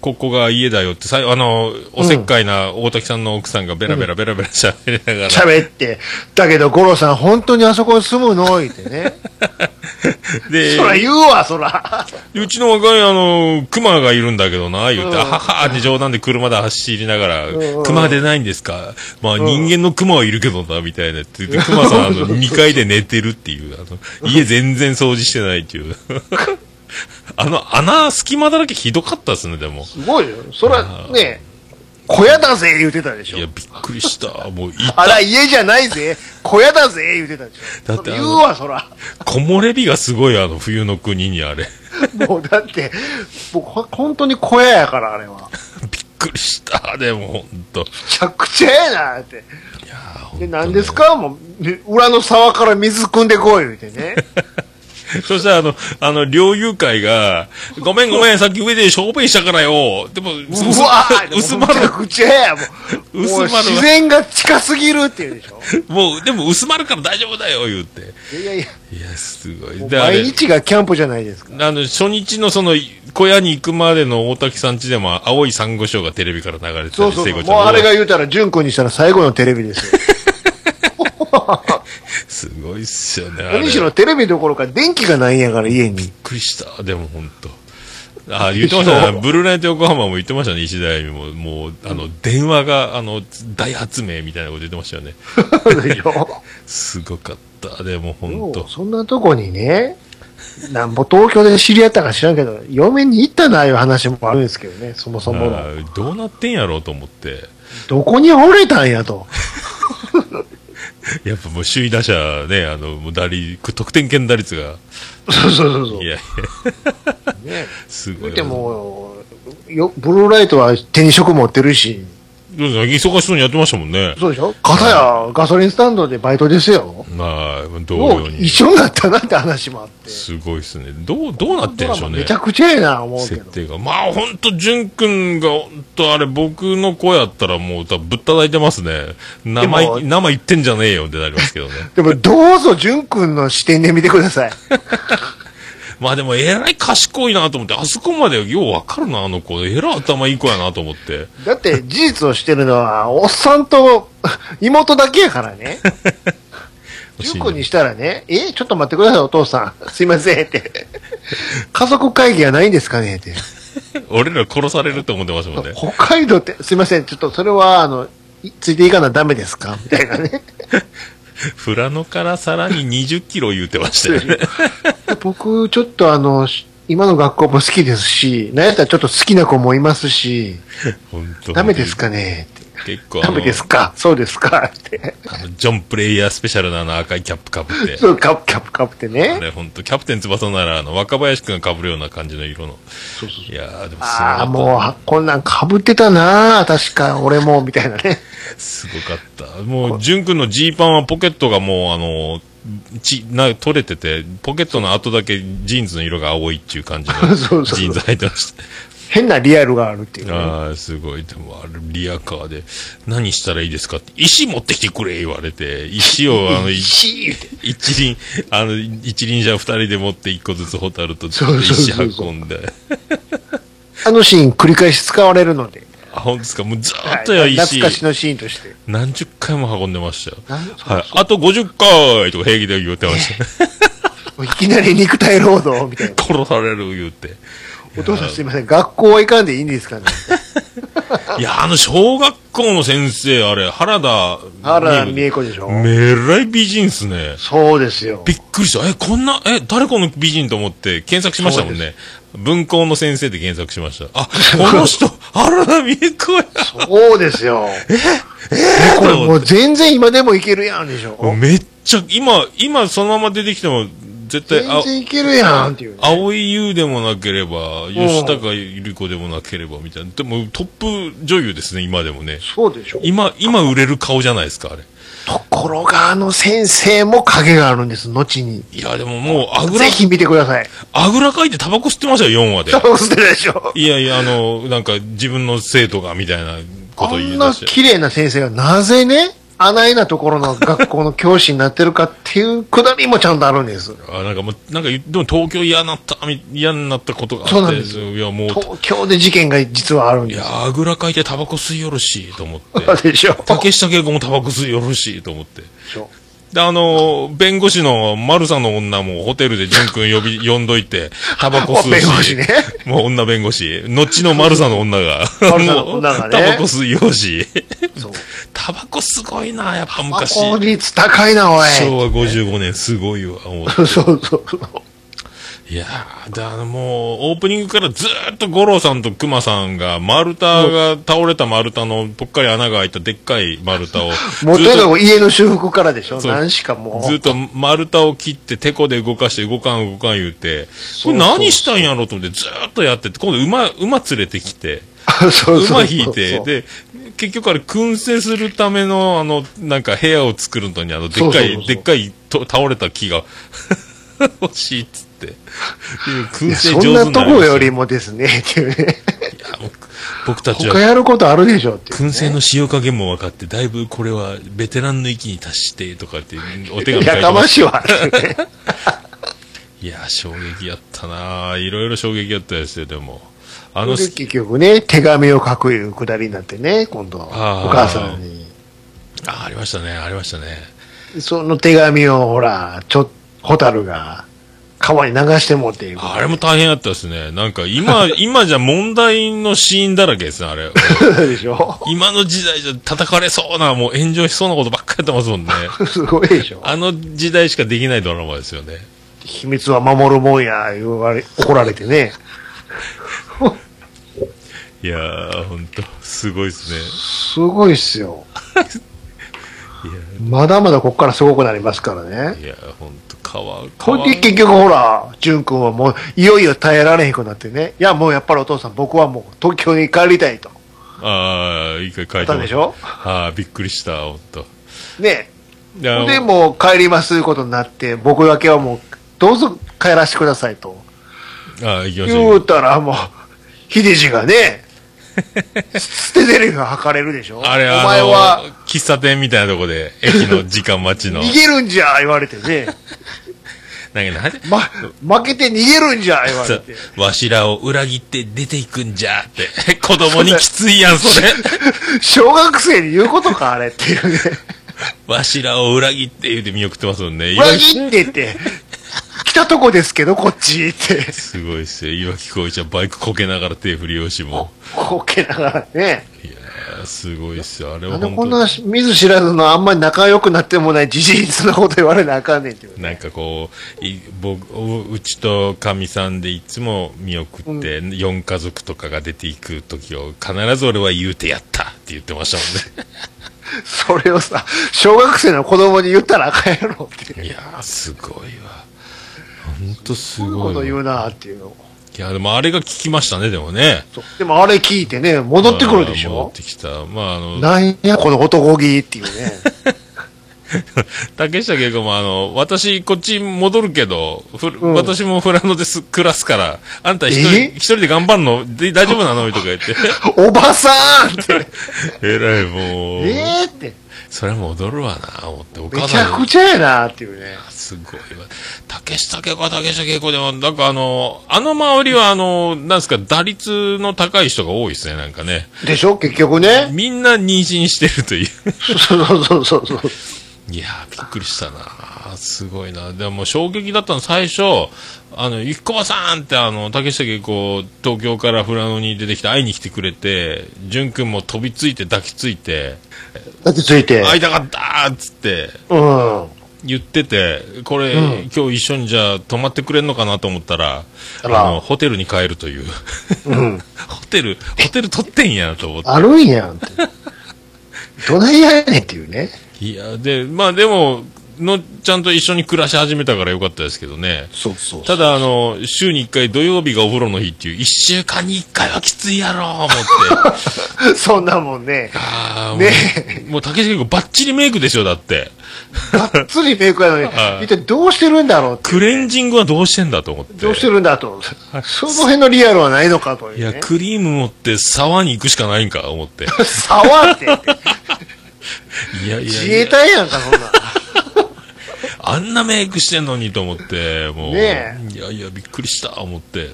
Speaker 1: ここが家だよって、さいあの、おせっかいな大滝さんの奥さんがベラベラベラベラ喋りながら、
Speaker 2: 喋って。だけど、五郎さん、本当にあそこに住むの言ってね。
Speaker 1: で
Speaker 2: そら言うわ、そら。
Speaker 1: うちの若い、あの、熊がいるんだけどな、言って、
Speaker 2: うん
Speaker 1: あははって冗談で車で走りながら、
Speaker 2: うん
Speaker 1: 熊出ないんですかまあ、人間の熊はいるけどな、みたいなって言 って、熊さん、あの、2階で寝てるっていう、あの、家全然掃除してないって いう。あの、穴、隙間だらけひどかったですね、でも。
Speaker 2: すごいよ。そら、ね小屋だぜ、言うてたでし
Speaker 1: いや、
Speaker 2: ょ。
Speaker 1: びっくりした。もう、痛
Speaker 2: あら、家じゃないぜ。小屋だぜ、言うてたでしょ。
Speaker 1: だって
Speaker 2: そ
Speaker 1: あ
Speaker 2: ら言
Speaker 1: の
Speaker 2: うわ、そら。
Speaker 1: 木漏れ日がすごい、あの、冬の国にあれ。
Speaker 2: もう、だって、僕、ほ本当に小屋やから、あれは。
Speaker 1: びっくりした。でも、ほんと。
Speaker 2: めちゃくちゃやなって。
Speaker 1: いやーほんと
Speaker 2: で、
Speaker 1: ね
Speaker 2: 何ですかもう、ね裏の沢から水汲んでこい、言うてね。
Speaker 1: そしたら、あの、あの、猟友会が、ごめんごめん、さっき上で小便したからよ。でも、 薄
Speaker 2: うわー
Speaker 1: 薄
Speaker 2: め
Speaker 1: ま
Speaker 2: ちゃ
Speaker 1: る、
Speaker 2: くちゃや、もう。
Speaker 1: 薄
Speaker 2: も
Speaker 1: ま
Speaker 2: う
Speaker 1: るわ
Speaker 2: 自然が近すぎるっていうでしょ。
Speaker 1: もう、でも薄まるから大丈夫だよ、言って。
Speaker 2: いやいやい
Speaker 1: いや、すごい。
Speaker 2: や、
Speaker 1: で、あ
Speaker 2: 毎
Speaker 1: れ、
Speaker 2: 日がキャンプじゃないですか。
Speaker 1: あの、初日のその、小屋に行くまでの大滝さん家でも、青い珊瑚礁がテレビから流れてた
Speaker 2: そう
Speaker 1: り、
Speaker 2: そう
Speaker 1: 聖
Speaker 2: そ
Speaker 1: 子
Speaker 2: う。
Speaker 1: ちゃん
Speaker 2: もうあれが言うたら、淳君にしたら最後のテレビですよ。
Speaker 1: すごいっすよね。あれ
Speaker 2: 何しろテレビどころか電気がないんやから、家に。
Speaker 1: びっくりした。でも本当。あ、言ってましたね。ブルーナイト横浜も言ってましたね。石田亜由美も。もう、あの、電話が、あの、大発明みたいなこと言ってましたよね。
Speaker 2: でしょ
Speaker 1: すごかった。でも
Speaker 2: も
Speaker 1: 本
Speaker 2: う
Speaker 1: 当。
Speaker 2: そんなとこにね、なんぼ東京で知り合ったか知らんけど、嫁に行ったなあいう話もあるんですけどね、そもそも
Speaker 1: あ
Speaker 2: の。
Speaker 1: ーどうなってんやろうと思って。
Speaker 2: どこに惚れたんやと。
Speaker 1: やっぱもう首位打者ね、あの、もう打率、得点圏打率が。
Speaker 2: そうそうそうそう
Speaker 1: い。やいや、
Speaker 2: ね、
Speaker 1: すご
Speaker 2: 言
Speaker 1: い。
Speaker 2: うてもよ、ブルーライトは手に職持ってるし、
Speaker 1: どうですか忙しそうにやってましたもんね。
Speaker 2: そうでしょ片やガソリンスタンドでバイトですよ。
Speaker 1: まあ、同
Speaker 2: も
Speaker 1: 様
Speaker 2: う
Speaker 1: に
Speaker 2: 一。緒になったなって話もあって。
Speaker 1: すごいっすね。どう、どうなってんでしょうね。
Speaker 2: めちゃくちゃええな思うけ
Speaker 1: 設
Speaker 2: ど。
Speaker 1: 定が。まあ、ほんと、淳くんが、ほんと、あれ、僕の子やったら、もう、ぶったたいてますね。生
Speaker 2: でも
Speaker 1: い、生言ってんじゃねえよってなりますけどね。
Speaker 2: でもどうぞ淳君の視点で見てください。
Speaker 1: まあでも、えらい賢いなと思って、あそこまでようわかるな、あの子。えらい頭いい子やなと思って。
Speaker 2: だって事実をしてるのは、おっさんと 妹だけやから ね。純子にしたらね、え、ちょっと待ってください、お父さん。 すいません、って。家族会議はないんですかねって。
Speaker 1: 俺ら殺されると思ってましたもんね。
Speaker 2: 北海道って、すいません、ちょっとそれは、あの、いついていかなダメですか みたいなね。
Speaker 1: 富良野からさらに20キロ言うてま したよね。
Speaker 2: 僕、ちょっとあの、し今の学校も好きですし、なんやったらちょっと好きな子もいますし、
Speaker 1: ほんと。
Speaker 2: ダメですかねって
Speaker 1: 結構、あ
Speaker 2: ダ
Speaker 1: の
Speaker 2: メ、ですかそうですかって。
Speaker 1: あのジョンプレイヤースペシャルなあの赤いキャップかぶって。
Speaker 2: そう、カップカップカップって
Speaker 1: あ
Speaker 2: ね。
Speaker 1: れ、ほんと、キャプテン翼なら、あの、若林くんが被るような感じの色の。
Speaker 2: そうそうそ
Speaker 1: い
Speaker 2: う
Speaker 1: やー、でもすごか
Speaker 2: ああ、
Speaker 1: った
Speaker 2: もうは、こんなん被ってたなあ確か、俺も、みたいなね。
Speaker 1: すごかった。もう、淳くんのジーパンはポケットがもう、あの、ちな取れてて、ポケットの後だけジーンズの色が青いっていう感じの
Speaker 2: そうそうそう
Speaker 1: ジーンズ入ってました。
Speaker 2: 変なリアルがあるっていうね、
Speaker 1: ああ、すごい。でも、あれ、リアカーで、何したらいいですかって、石持ってきてくれ言われて、石を、あの、い
Speaker 2: シーって。
Speaker 1: 一輪、あの、一輪車二人で持って一個ずつホタルと
Speaker 2: そうそう
Speaker 1: 石
Speaker 2: そうそう
Speaker 1: 運んで。
Speaker 2: あのシーン繰り返し使われるので。
Speaker 1: あ、本当ですかもうずーっと
Speaker 2: は
Speaker 1: よ、
Speaker 2: い懐
Speaker 1: 石
Speaker 2: か。しのシーンとして。
Speaker 1: 何十回も運んでましたよ。
Speaker 2: なんそう
Speaker 1: はい。あと50回とか平気で言ってました。
Speaker 2: いきなり肉体労働みたいな。
Speaker 1: 殺される言うて。い
Speaker 2: お父さんすいません、学校はいかんでいいんですかね。
Speaker 1: いや、あの、小学校の先生、あれ、原田
Speaker 2: あら、
Speaker 1: 美
Speaker 2: みえこでしょ。
Speaker 1: めらい美人っすね。
Speaker 2: そうですよ。
Speaker 1: びっくりした。え、こんな、え、誰この美人と思って検索しましたもんね。文校の先生で検索しました。あ、この人、原田美恵子や。
Speaker 2: そうですよ。ええこれもう全然今でもいけるやんでしょ。
Speaker 1: めっちゃ、今、今そのまま出てきても、絶対、
Speaker 2: 全然いけるやんっていうね。
Speaker 1: 青井優でもなければ、吉高由里子でもなければ、みたいな。でも、トップ女優ですね、今でもね。
Speaker 2: そうでしょ。
Speaker 1: 今、今売れる顔じゃないですか、あれ。
Speaker 2: ところが、あの先生も影があるんです、後に。
Speaker 1: いや、でももう、あぐら
Speaker 2: ぜ、ひ見てください。
Speaker 1: あぐらかいてタバコ吸ってましたよ、4話で。
Speaker 2: そうしてるでしょ。
Speaker 1: いやいや、あの、なんか、自分の生徒が、みたいなこ
Speaker 2: あ
Speaker 1: と言
Speaker 2: ん
Speaker 1: い
Speaker 2: な
Speaker 1: 出して。
Speaker 2: 綺麗な先生がなぜね、穴井なところの学校の教師になってるかっていうくだりもちゃんとあるんです。
Speaker 1: あなんかもう、なんか言っても東京嫌になった、み嫌になったことがあって。
Speaker 2: そうなんです
Speaker 1: いや、もう、
Speaker 2: 東京で事件が実はあるん
Speaker 1: い
Speaker 2: です。
Speaker 1: や、あぐらかいてタバコ吸いよるし、と思 って。
Speaker 2: でしょ。
Speaker 1: 竹下恵子もタバコ吸いよるし、と思って。
Speaker 2: そう
Speaker 1: で、あの、弁護士の丸さんの女もホテルで淳君呼 び、呼んどいて、タバコ吸うし。
Speaker 2: 弁護士ね
Speaker 1: もう女弁護士。後の丸さんの女が。
Speaker 2: 丸さんの女
Speaker 1: も
Speaker 2: がね
Speaker 1: うタバコ吸いようし。
Speaker 2: そう。
Speaker 1: タバコすごいな、やっぱ
Speaker 2: 魔
Speaker 1: 昔。
Speaker 2: 法率高いな、おい。
Speaker 1: 昭和55年、すごいわ、思う
Speaker 2: そうそうそう。
Speaker 1: いやー、で、あの、もう、オープニングからずーっと五郎さんと熊さんが、丸太が、倒れた丸太の、ぽっかり穴が開いたでっかい丸太 を、
Speaker 2: もうと
Speaker 1: ず
Speaker 2: に
Speaker 1: っ
Speaker 2: か
Speaker 1: と、
Speaker 2: く家の修復からでしょ。
Speaker 1: そう
Speaker 2: 何しかも
Speaker 1: ずっ
Speaker 2: う。
Speaker 1: と丸太を切って、テコで動かして、動かん動かん言うて、こ
Speaker 2: うそう
Speaker 1: れ何したんやろうと思って、ずーっとやってて、今度馬、馬連れてきて、
Speaker 2: そうそうそう
Speaker 1: 馬引いて、、で、結局あれ、燻製するための、あの、なんか部屋を作るのに、あの、でっか
Speaker 2: そうそうそうそう
Speaker 1: い、でっかいと倒れた木が、 欲しいっつって。で
Speaker 2: い
Speaker 1: 燻
Speaker 2: や
Speaker 1: 製上
Speaker 2: そ
Speaker 1: 手
Speaker 2: ん
Speaker 1: にな
Speaker 2: な
Speaker 1: り
Speaker 2: と
Speaker 1: ま
Speaker 2: こ
Speaker 1: したよ
Speaker 2: よりもですね、っていうね。
Speaker 1: いやもう僕たち
Speaker 2: 他
Speaker 1: は、
Speaker 2: やることあるでしょっていう。
Speaker 1: 燻製の塩加減も分かって、だいぶこれはベテランの域に達して、とかって、お手紙書い
Speaker 2: や
Speaker 1: て
Speaker 2: か
Speaker 1: ま
Speaker 2: ま
Speaker 1: し
Speaker 2: しいわ。っていうね
Speaker 1: た。いや、衝撃やったなぁ。いろいろ衝撃やったですよ、でも。あの、
Speaker 2: で結局ね、手紙を書くいうくだりになってね、今度、お
Speaker 1: あー
Speaker 2: 母さんに。
Speaker 1: あ、ありましたね、ありましたね。
Speaker 2: その手紙をほら、ちょ、ホタルが川に流してもっていうことで。
Speaker 1: あれも大変やったですね。なんか今、 今じゃ問題のシーンだらけですね、あれ。
Speaker 2: でしょ
Speaker 1: 今の時代じゃ叩かれそうな、もう炎上しそうなことばっかりやってますもんね。
Speaker 2: すごいでしょ
Speaker 1: あの時代しかできないドラマですよね。
Speaker 2: 秘密は守るもんや、言われ、怒られてね。
Speaker 1: いやー、ほんと、すごいですね。
Speaker 2: すごいっ すよ。まだまだこっからすごくなりますからね。
Speaker 1: いや、ほんと、川、
Speaker 2: ほ
Speaker 1: 川
Speaker 2: んで、結局ほら、淳君はもう、いよいよ耐えられへんくなってね。いや、もうやっぱりお父さん、僕はもう東京に帰りたいと。
Speaker 1: ああ、一回書いて
Speaker 2: た
Speaker 1: ま
Speaker 2: でし
Speaker 1: す
Speaker 2: ょ
Speaker 1: ああ、びっくりした、ほんと。
Speaker 2: ね。
Speaker 1: いや
Speaker 2: で、もう帰りますということになって、僕だけはもう、どうぞ帰らせてくださいと。
Speaker 1: ああ、行きまし
Speaker 2: 言
Speaker 1: ょう。
Speaker 2: うたらもう、秀じが ね、捨てゼリフが吐かれるでしょ
Speaker 1: あれ、
Speaker 2: お前
Speaker 1: あ
Speaker 2: は
Speaker 1: の、喫茶店みたいなとこで、駅の時間待ちの。
Speaker 2: 逃げるんじゃ言われてね。
Speaker 1: なんか、なんで
Speaker 2: ま、負けて逃げるんじゃ言われ
Speaker 1: さ
Speaker 2: て。
Speaker 1: わしらを裏切って出ていくんじゃって。子供にきついやん、そ れ。
Speaker 2: 小学生に言うことかあれってい うね。
Speaker 1: わしらを裏切って言うて見送ってますもんね。
Speaker 2: 裏
Speaker 1: 岩木
Speaker 2: 切ってって、来たとこですけど、こっちって。
Speaker 1: すごいっすよ。岩木浩一はバイクこけながら手振りよしも。
Speaker 2: こけながらね。
Speaker 1: いやー、すごいっすよ。あれ
Speaker 2: な
Speaker 1: は
Speaker 2: んでこ
Speaker 1: 本
Speaker 2: ん
Speaker 1: 当
Speaker 2: な見ず知らずのあんまり仲良くなってもないじじいそんなこと言われなあかんねんっていうね。
Speaker 1: なんかこう、い僕、ううちとかみさんでいつも見送って、四4家族とかが出ていく時を、必ず俺は言うてやったって言ってましたも
Speaker 2: それをさ、小学生の子供に言ったらあかんやろっていう。
Speaker 1: んね。いやー、すごいわ。ほんとす
Speaker 2: そういうこ
Speaker 1: ごい
Speaker 2: と
Speaker 1: わ。
Speaker 2: 言
Speaker 1: いう
Speaker 2: なっていうの。
Speaker 1: や、でもあれが効きましたね、でもね。
Speaker 2: そうでもあれ聞いてね、戻ってくるでし
Speaker 1: まあ戻
Speaker 2: ょ
Speaker 1: ってきた。まあ、あの、
Speaker 2: なんや、この男気っていうね。
Speaker 1: 竹下恵子もあの、私こっち戻るけど、ふ
Speaker 2: ん
Speaker 1: 私もフラノです暮らすから、あんた一
Speaker 2: え
Speaker 1: 人、一人で頑張るので大丈夫なのとか言って。
Speaker 2: おばさんって。
Speaker 1: えらいもう、
Speaker 2: えーって。
Speaker 1: それはもう踊るわな、思って。お
Speaker 2: め
Speaker 1: 母
Speaker 2: ちゃ
Speaker 1: さん
Speaker 2: く。ちゃやなっていうね。
Speaker 1: すごいわ。竹下恵子は竹下恵子でも、なんかあの、あの周りはあの、なんすか、打率の高い人が多いですね、なんかね。
Speaker 2: でしょ結局ね。
Speaker 1: みんな妊娠してるという。
Speaker 2: そうそうそうそうそう。
Speaker 1: いやー、びっくりしたな。ーすごいな。でももう衝撃だったの、最初、あの、ゆきこばさんって、あの、竹下結構、東京から富良野に出てきて会いに来てくれて、淳くんも飛びついて抱きついて、
Speaker 2: だってついて。
Speaker 1: 会いたかったーっつって
Speaker 2: うん。
Speaker 1: 言ってて、これ、今日一緒にじゃあ泊まってくれんのかなと思ったら、
Speaker 2: あら
Speaker 1: あの、ホテルに帰るという。
Speaker 2: うん。
Speaker 1: ホテル、ホテル取ってんやと思って。
Speaker 2: あるんやんって。どないやねんっていうね。
Speaker 1: いや、で、まあでも、の、ちゃんと一緒に暮らし始めたからよかったですけどね。
Speaker 2: そうそう
Speaker 1: ただ、あの、週に1回土曜日がお風呂の日っていう、1週間に1回はきついやろ、思って。
Speaker 2: そんなも んね。
Speaker 1: ああ、もう
Speaker 2: ね
Speaker 1: もう竹下結構バッチリメイクでしょ、だって。
Speaker 2: がっつりメイクやのに
Speaker 1: は、い
Speaker 2: 一体どうしてるんだろうって
Speaker 1: クレンジングはどうしてんだと思って。
Speaker 2: どうしてるんだと。その辺のリアルはないのかとい
Speaker 1: いうや、
Speaker 2: ね。
Speaker 1: クリーム持って沢に行くしかないんか、思って。
Speaker 2: 触ってって。
Speaker 1: いやいや
Speaker 2: 自
Speaker 1: い
Speaker 2: 衛
Speaker 1: や、
Speaker 2: 隊やんか、そんな。
Speaker 1: あんなメイクしてんのにと思って、もう。
Speaker 2: ね
Speaker 1: いやいや、びっくりした、思って。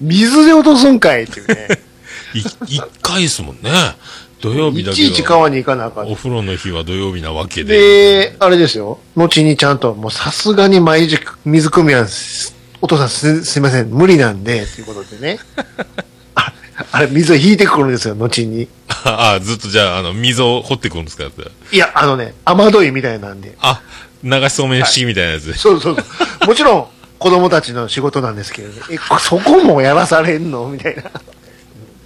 Speaker 2: 水で落とすんかいってい うね。
Speaker 1: い一回ですもんね。土曜日だ
Speaker 2: い
Speaker 1: け
Speaker 2: ちいち
Speaker 1: ど。
Speaker 2: 川に行かなあかん
Speaker 1: お。風呂の日は土曜日なわけで。
Speaker 2: で、あれですよ。後にちゃんと、もうさすがに毎日水汲みはす、お父さんすすいません、無理なんで、ということで ね。ああれ、水を引いてくるんですよ、後に。
Speaker 1: ああ、ずっとじゃあ、あの、溝を掘ってくるんですかって。
Speaker 2: いや、あのね、雨どいみたいなんで。
Speaker 1: あ、流しそうめん式みたいなやつ。
Speaker 2: そうそうそう。もちろん、子供たちの仕事なんですけどね。え、こそこもやらされんのみたいな。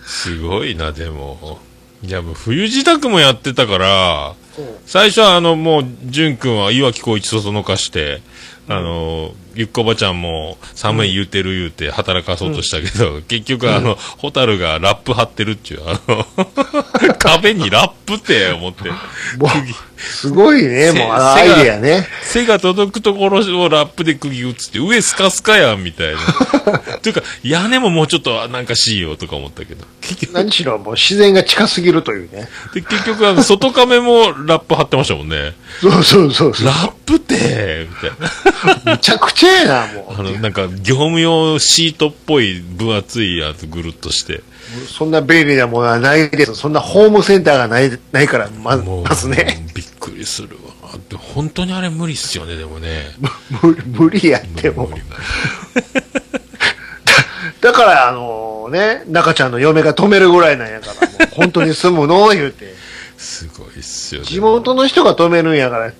Speaker 1: すごいな、でも。いや、もう冬自宅もやってたから
Speaker 2: そう、
Speaker 1: 最初はあの、もう、淳くんは岩城光一そそのかして、あの、ゆっこばちゃんも寒い言うてる言うて働かそうとしたけど、結局あの、ホタルがラップ貼ってるっていう、あの、 壁にラップって思って、
Speaker 2: もう、すごいね、もう、あのア
Speaker 1: せ
Speaker 2: イデアね。
Speaker 1: 背が届くところをラップで釘打つって、上スカスカやん、み たいな。というか、屋根ももうちょっとなんかしいよとか思った けど、結局、
Speaker 2: 何しろ、もう自然が近すぎるというね。
Speaker 1: で結局あの、外壁もラップ貼ってましたもんね。
Speaker 2: そうそうそ うそう。
Speaker 1: ラップって、みたいな。
Speaker 2: むちゃくちゃやな、も
Speaker 1: あの、なんか、業務用シートっぽい分厚いやつぐるっとして。
Speaker 2: う。そんな便利なものはないです。そんなホームセンターがない、ないから、ま、
Speaker 1: もう、
Speaker 2: まずね。
Speaker 1: びっくりするわ。で本当にあれ無理っすよね、でも ね。
Speaker 2: 無理、無理やっても
Speaker 1: 無。理無
Speaker 2: だから、あのね、中ちゃんの嫁が止めるぐらいなんやから、もう本当に住むの言うて。
Speaker 1: 理すごいっすよね。
Speaker 2: 地元の人が止めるんやから、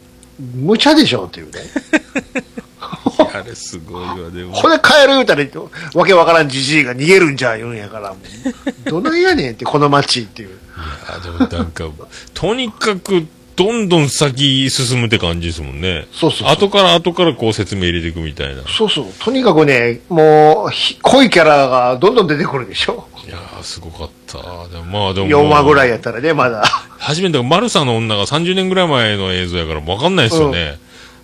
Speaker 2: 無茶でしょっていうね。
Speaker 1: いやあれすごいわ、でも。
Speaker 2: これ帰る言うたら、わけわからんじじいが逃げるんじゃ言うんやから、も うどないやねんって、この街っていう。
Speaker 1: あでもなんか、 とにかく、どんどん先進むって感じですもんね。
Speaker 2: そうそうそう
Speaker 1: 後から後からこう説明入れていくみたいな。い
Speaker 2: そうそう。とにかくね、もうひ、濃いキャラがどんどん出てくるでしょ。
Speaker 1: やー、すごかった。でもまあでも。
Speaker 2: 4話ぐらいやったらね、まだ。
Speaker 1: 初めて、マルサの女が30年ぐらい前の映像やから、わかんないですよね。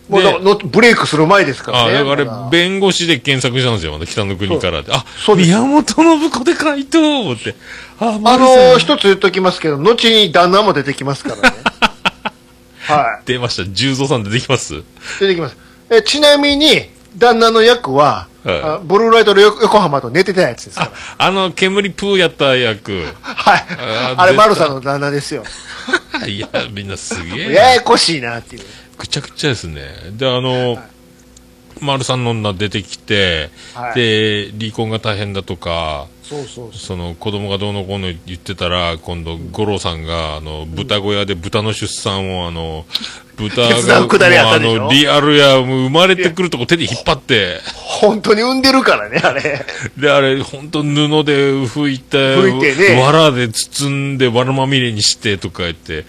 Speaker 2: もう
Speaker 1: で
Speaker 2: ののブレイクする前ですから
Speaker 1: あ、
Speaker 2: ね。
Speaker 1: だから
Speaker 2: ま
Speaker 1: あれ、
Speaker 2: だ
Speaker 1: 弁護士で検索したんですよ、また北の国からで。あ、
Speaker 2: そうです
Speaker 1: 宮本信子で回答思って。あ、
Speaker 2: あ
Speaker 1: マル
Speaker 2: の
Speaker 1: サ
Speaker 2: ー、一つ言っときますけど、後に旦那も出てきますか らね。は
Speaker 1: 出ました。十三さん出てきます
Speaker 2: い。出てきます。えちなみに、旦那の役は、
Speaker 1: はい
Speaker 2: あブルーライトの横横浜と寝てたやつですから。
Speaker 1: あの、煙プーやった役。
Speaker 2: はい。
Speaker 1: あ
Speaker 2: あ
Speaker 1: ー
Speaker 2: れ、
Speaker 1: 絶対
Speaker 2: マルさんの旦那ですよ。
Speaker 1: いや、みんなすげえな。
Speaker 2: ややこしいなっていう。
Speaker 1: ぐちゃぐちゃですね。で、あの、丸さんの女出てきて、
Speaker 2: はい
Speaker 1: で、離婚が大変だとか、
Speaker 2: そうそうそ
Speaker 1: その子供がどうのこうの言ってたら、今度、五郎さんが、あの、豚小屋で豚の出産を、あ の、豚が、
Speaker 2: 手伝うくだりあったでしょ
Speaker 1: もうあの、リアルや、もう生まれてくるとこ手で引っ張って、
Speaker 2: 本当に産んでるからね、あれ。
Speaker 1: で、あれ、ほんと布で拭いて、
Speaker 2: 拭いてね
Speaker 1: 藁で包んで、藁まみれにして、とか言って、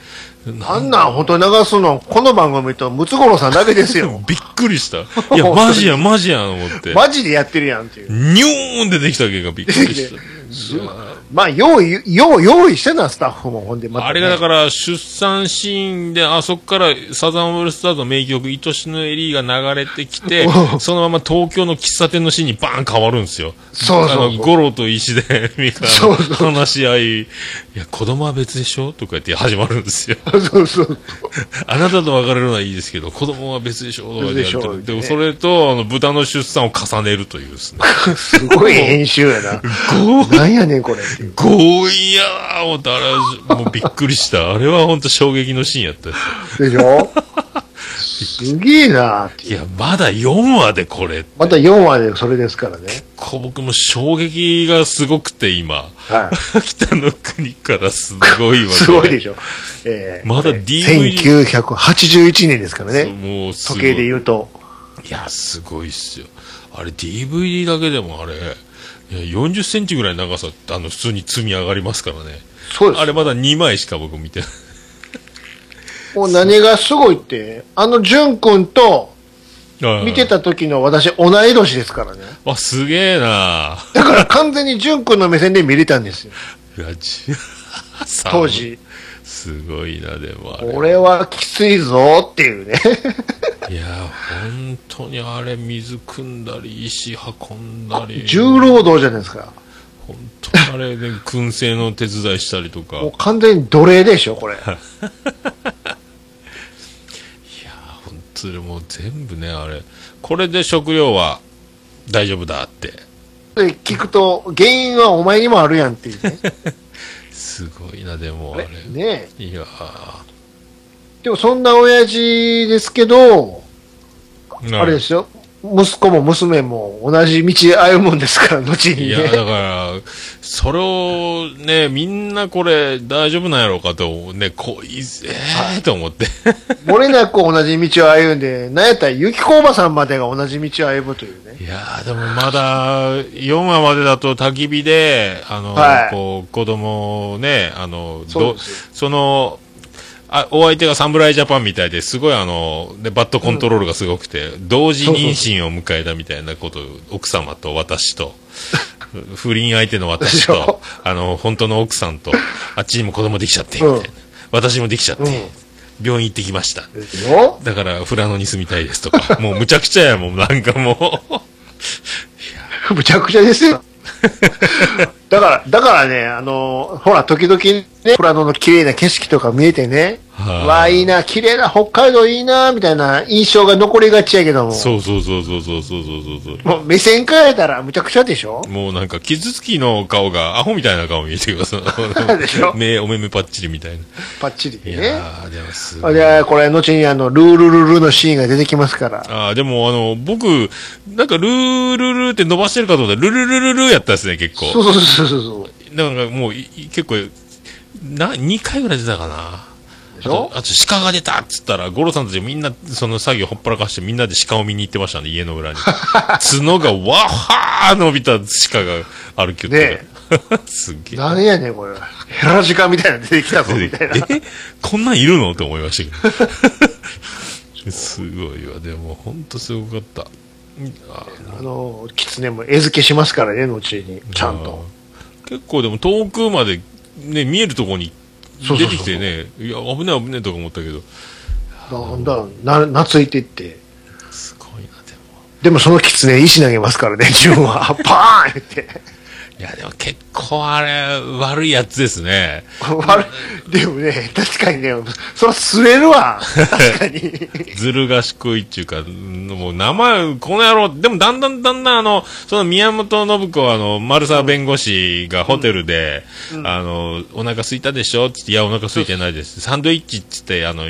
Speaker 2: あんなん本当に流すの、この番組とムツゴロウさんだけですよ。
Speaker 1: びっくりした。い や、マジや、マジや、思って。
Speaker 2: マジでやってるやんっていう。
Speaker 1: にょーん出てきたけがびっくりした。
Speaker 2: まあ、用意、用用意してな、スタッフも。ほんで、またね、
Speaker 1: あれがだから出産シーンで、あそこからサザンオールスターズの名曲、愛しのエリーが流れてき て、そのまま東京の喫茶店のシーンにバーン変わるんですよ。
Speaker 2: そうそうそう
Speaker 1: あの、ゴロと石で、みたいな
Speaker 2: そうそう
Speaker 1: 話し合い、いや、子供は別でしょとか言って始まるんですよ。
Speaker 2: そうそう。
Speaker 1: あなたと別れるのはいいですけど、子供は別でしょとか言ってやる
Speaker 2: 別でしょ
Speaker 1: でもそれと、あの、豚の出産を重ねるというですね。
Speaker 2: すごい編集やな。なんやねん、これっていう。
Speaker 1: 強引やな思って、あ れは、もうびっくりした。あれは本当衝撃のシーンやったです
Speaker 2: でしょすげえなーって
Speaker 1: い
Speaker 2: いう。
Speaker 1: や、まだ4話でこれって。
Speaker 2: また4話でそれですからね。
Speaker 1: こう僕も衝撃がすごくて今。
Speaker 2: は
Speaker 1: 北の国からすごいわ
Speaker 2: い。
Speaker 1: け。
Speaker 2: すごいでしょ。ええ
Speaker 1: まだ DVD。
Speaker 2: 1981年ですからね。
Speaker 1: もうすご
Speaker 2: 時
Speaker 1: い
Speaker 2: 計で言うと。
Speaker 1: いや、すごいっすよ。あれ DVD だけでもあれ、いや40センチぐらい長さ、あの、普通に積み上がりますからね。
Speaker 2: そうです
Speaker 1: あれまだ2枚しか僕見てない。
Speaker 2: もう何がすごいって、あの、淳君と 見て
Speaker 1: た。
Speaker 2: た時の私、同い年ですからね。
Speaker 1: あ、すげえな
Speaker 2: だから完全に淳君の目線で見れたんですよ。
Speaker 1: いや、じさあ
Speaker 2: 当。時。
Speaker 1: すごいな、でもあれ。
Speaker 2: 俺はきついぞっていうね。
Speaker 1: いや、本当にあれ、水汲んだり、石運んだり。
Speaker 2: 重労働じゃないですか。
Speaker 1: 本当にあれね、燻製の手伝いしたりとか。
Speaker 2: もう完全に奴隷でしょ、これ。
Speaker 1: 本当にもう全部ね、あれ。これで食料は大丈夫だって。
Speaker 2: で、聞くと、原因はお前にもあるやんっていうね。
Speaker 1: すごいな、でも あ
Speaker 2: あ
Speaker 1: れ
Speaker 2: れ。ね
Speaker 1: いやー
Speaker 2: え。でもそんな親父ですけど、あれですよ。息子も娘も同じ道歩むんですから、後に
Speaker 1: いや、
Speaker 2: ね。
Speaker 1: だから、それをね、みんなこれ大丈夫なんやろうかと、ね、こう、いえーと思って。
Speaker 2: 漏れなく同じ道を歩んで、なんやったら、ゆきこおばさんまでが同じ道を歩むというね。
Speaker 1: いやー、でもまだ、4話までだと焚き火で、あの、
Speaker 2: はい
Speaker 1: こう、子供をね、あの、
Speaker 2: そう
Speaker 1: ど
Speaker 2: ですよ
Speaker 1: その、あ、お相手が侍ジャパンみたいですごいあの、で、バットコントロールがすごくて、同時妊娠を迎えたみたいなこと、奥様と私 と、不倫相手の私
Speaker 2: でし
Speaker 1: と
Speaker 2: ょ、
Speaker 1: あの、本当の奥さんと、あっちにも子供できちゃって、みたいな。
Speaker 2: うん
Speaker 1: 私もできちゃって、
Speaker 2: うん
Speaker 1: 病院行ってきました。
Speaker 2: ですよ。
Speaker 1: だから、富良野に住みたいですとか、もうむちゃくちゃやもん、なんかもう。
Speaker 2: むちゃくちゃで すよ。だから、だからね、あの、ほら、時々ね、富良野の綺麗な景色とか見えてね、
Speaker 1: はい
Speaker 2: わあ、いいな、綺麗な、北海道いいな、みたいな印象が残りがちやけども、
Speaker 1: そうそうそうそうそうそうそうそう
Speaker 2: もう目線変えたらむちゃくちゃでしょ
Speaker 1: もうなんか、傷つきの顔が、アホみたいな顔見えてくる。その
Speaker 2: でしょ
Speaker 1: 目、お目目パッチリみたいな。
Speaker 2: パッチリ
Speaker 1: い
Speaker 2: ね。
Speaker 1: やー、でもすごい。
Speaker 2: で、これ、後にあの、ルールルルのシーンが出てきますから。
Speaker 1: あーでもあの、僕、なんか、ルールルーって伸ばしてるかと思ったら、ルルルルルーやったですね、結
Speaker 2: そ
Speaker 1: 構。
Speaker 2: うそうそうそうそう。
Speaker 1: なんかもう、いい結構、な、2回ぐらい出たかな。あ
Speaker 2: でし
Speaker 1: と
Speaker 2: ょ、
Speaker 1: あと鹿が出たっつったら、ゴロさんたちみんな、その作業ほっぱらかしてみんなで鹿を見に行ってましたね、家の 裏に。角がわっはー伸びた鹿が歩きよってた。 すっげえ。
Speaker 2: 何やねん、これ。ヘラジカみたいなの出てきたぞ、みたいな。
Speaker 1: えこんなんいるのって思いましたけど。 すごいわ、でもほんとすごかった。
Speaker 2: あの、狐も餌付けしますからね、後に。ちゃんと。
Speaker 1: あー。結構でも遠くまで、ね、見えるとこに
Speaker 2: そうそ
Speaker 1: 出
Speaker 2: うそう
Speaker 1: てきてね、いや、危ない危ないとか思ったけど、
Speaker 2: だんだん、な、懐いていって。
Speaker 1: すごいな、でも。
Speaker 2: でもその狐、石投げますからね、ジュンは。 パーン言って。
Speaker 1: いや、でも結構あれ、悪いやつですね。
Speaker 2: 悪い。でもね、確かにね、そら擦れるわ。確 かに。
Speaker 1: ずる賢いっていうか、んもう名前、この野郎、でもだんだんだんだんあの、その宮本信子はあの、丸沢弁護士がホテルで、あの、お腹空いたでしょつって、いや、お腹空いてないです。サンドイッチっつって、あの、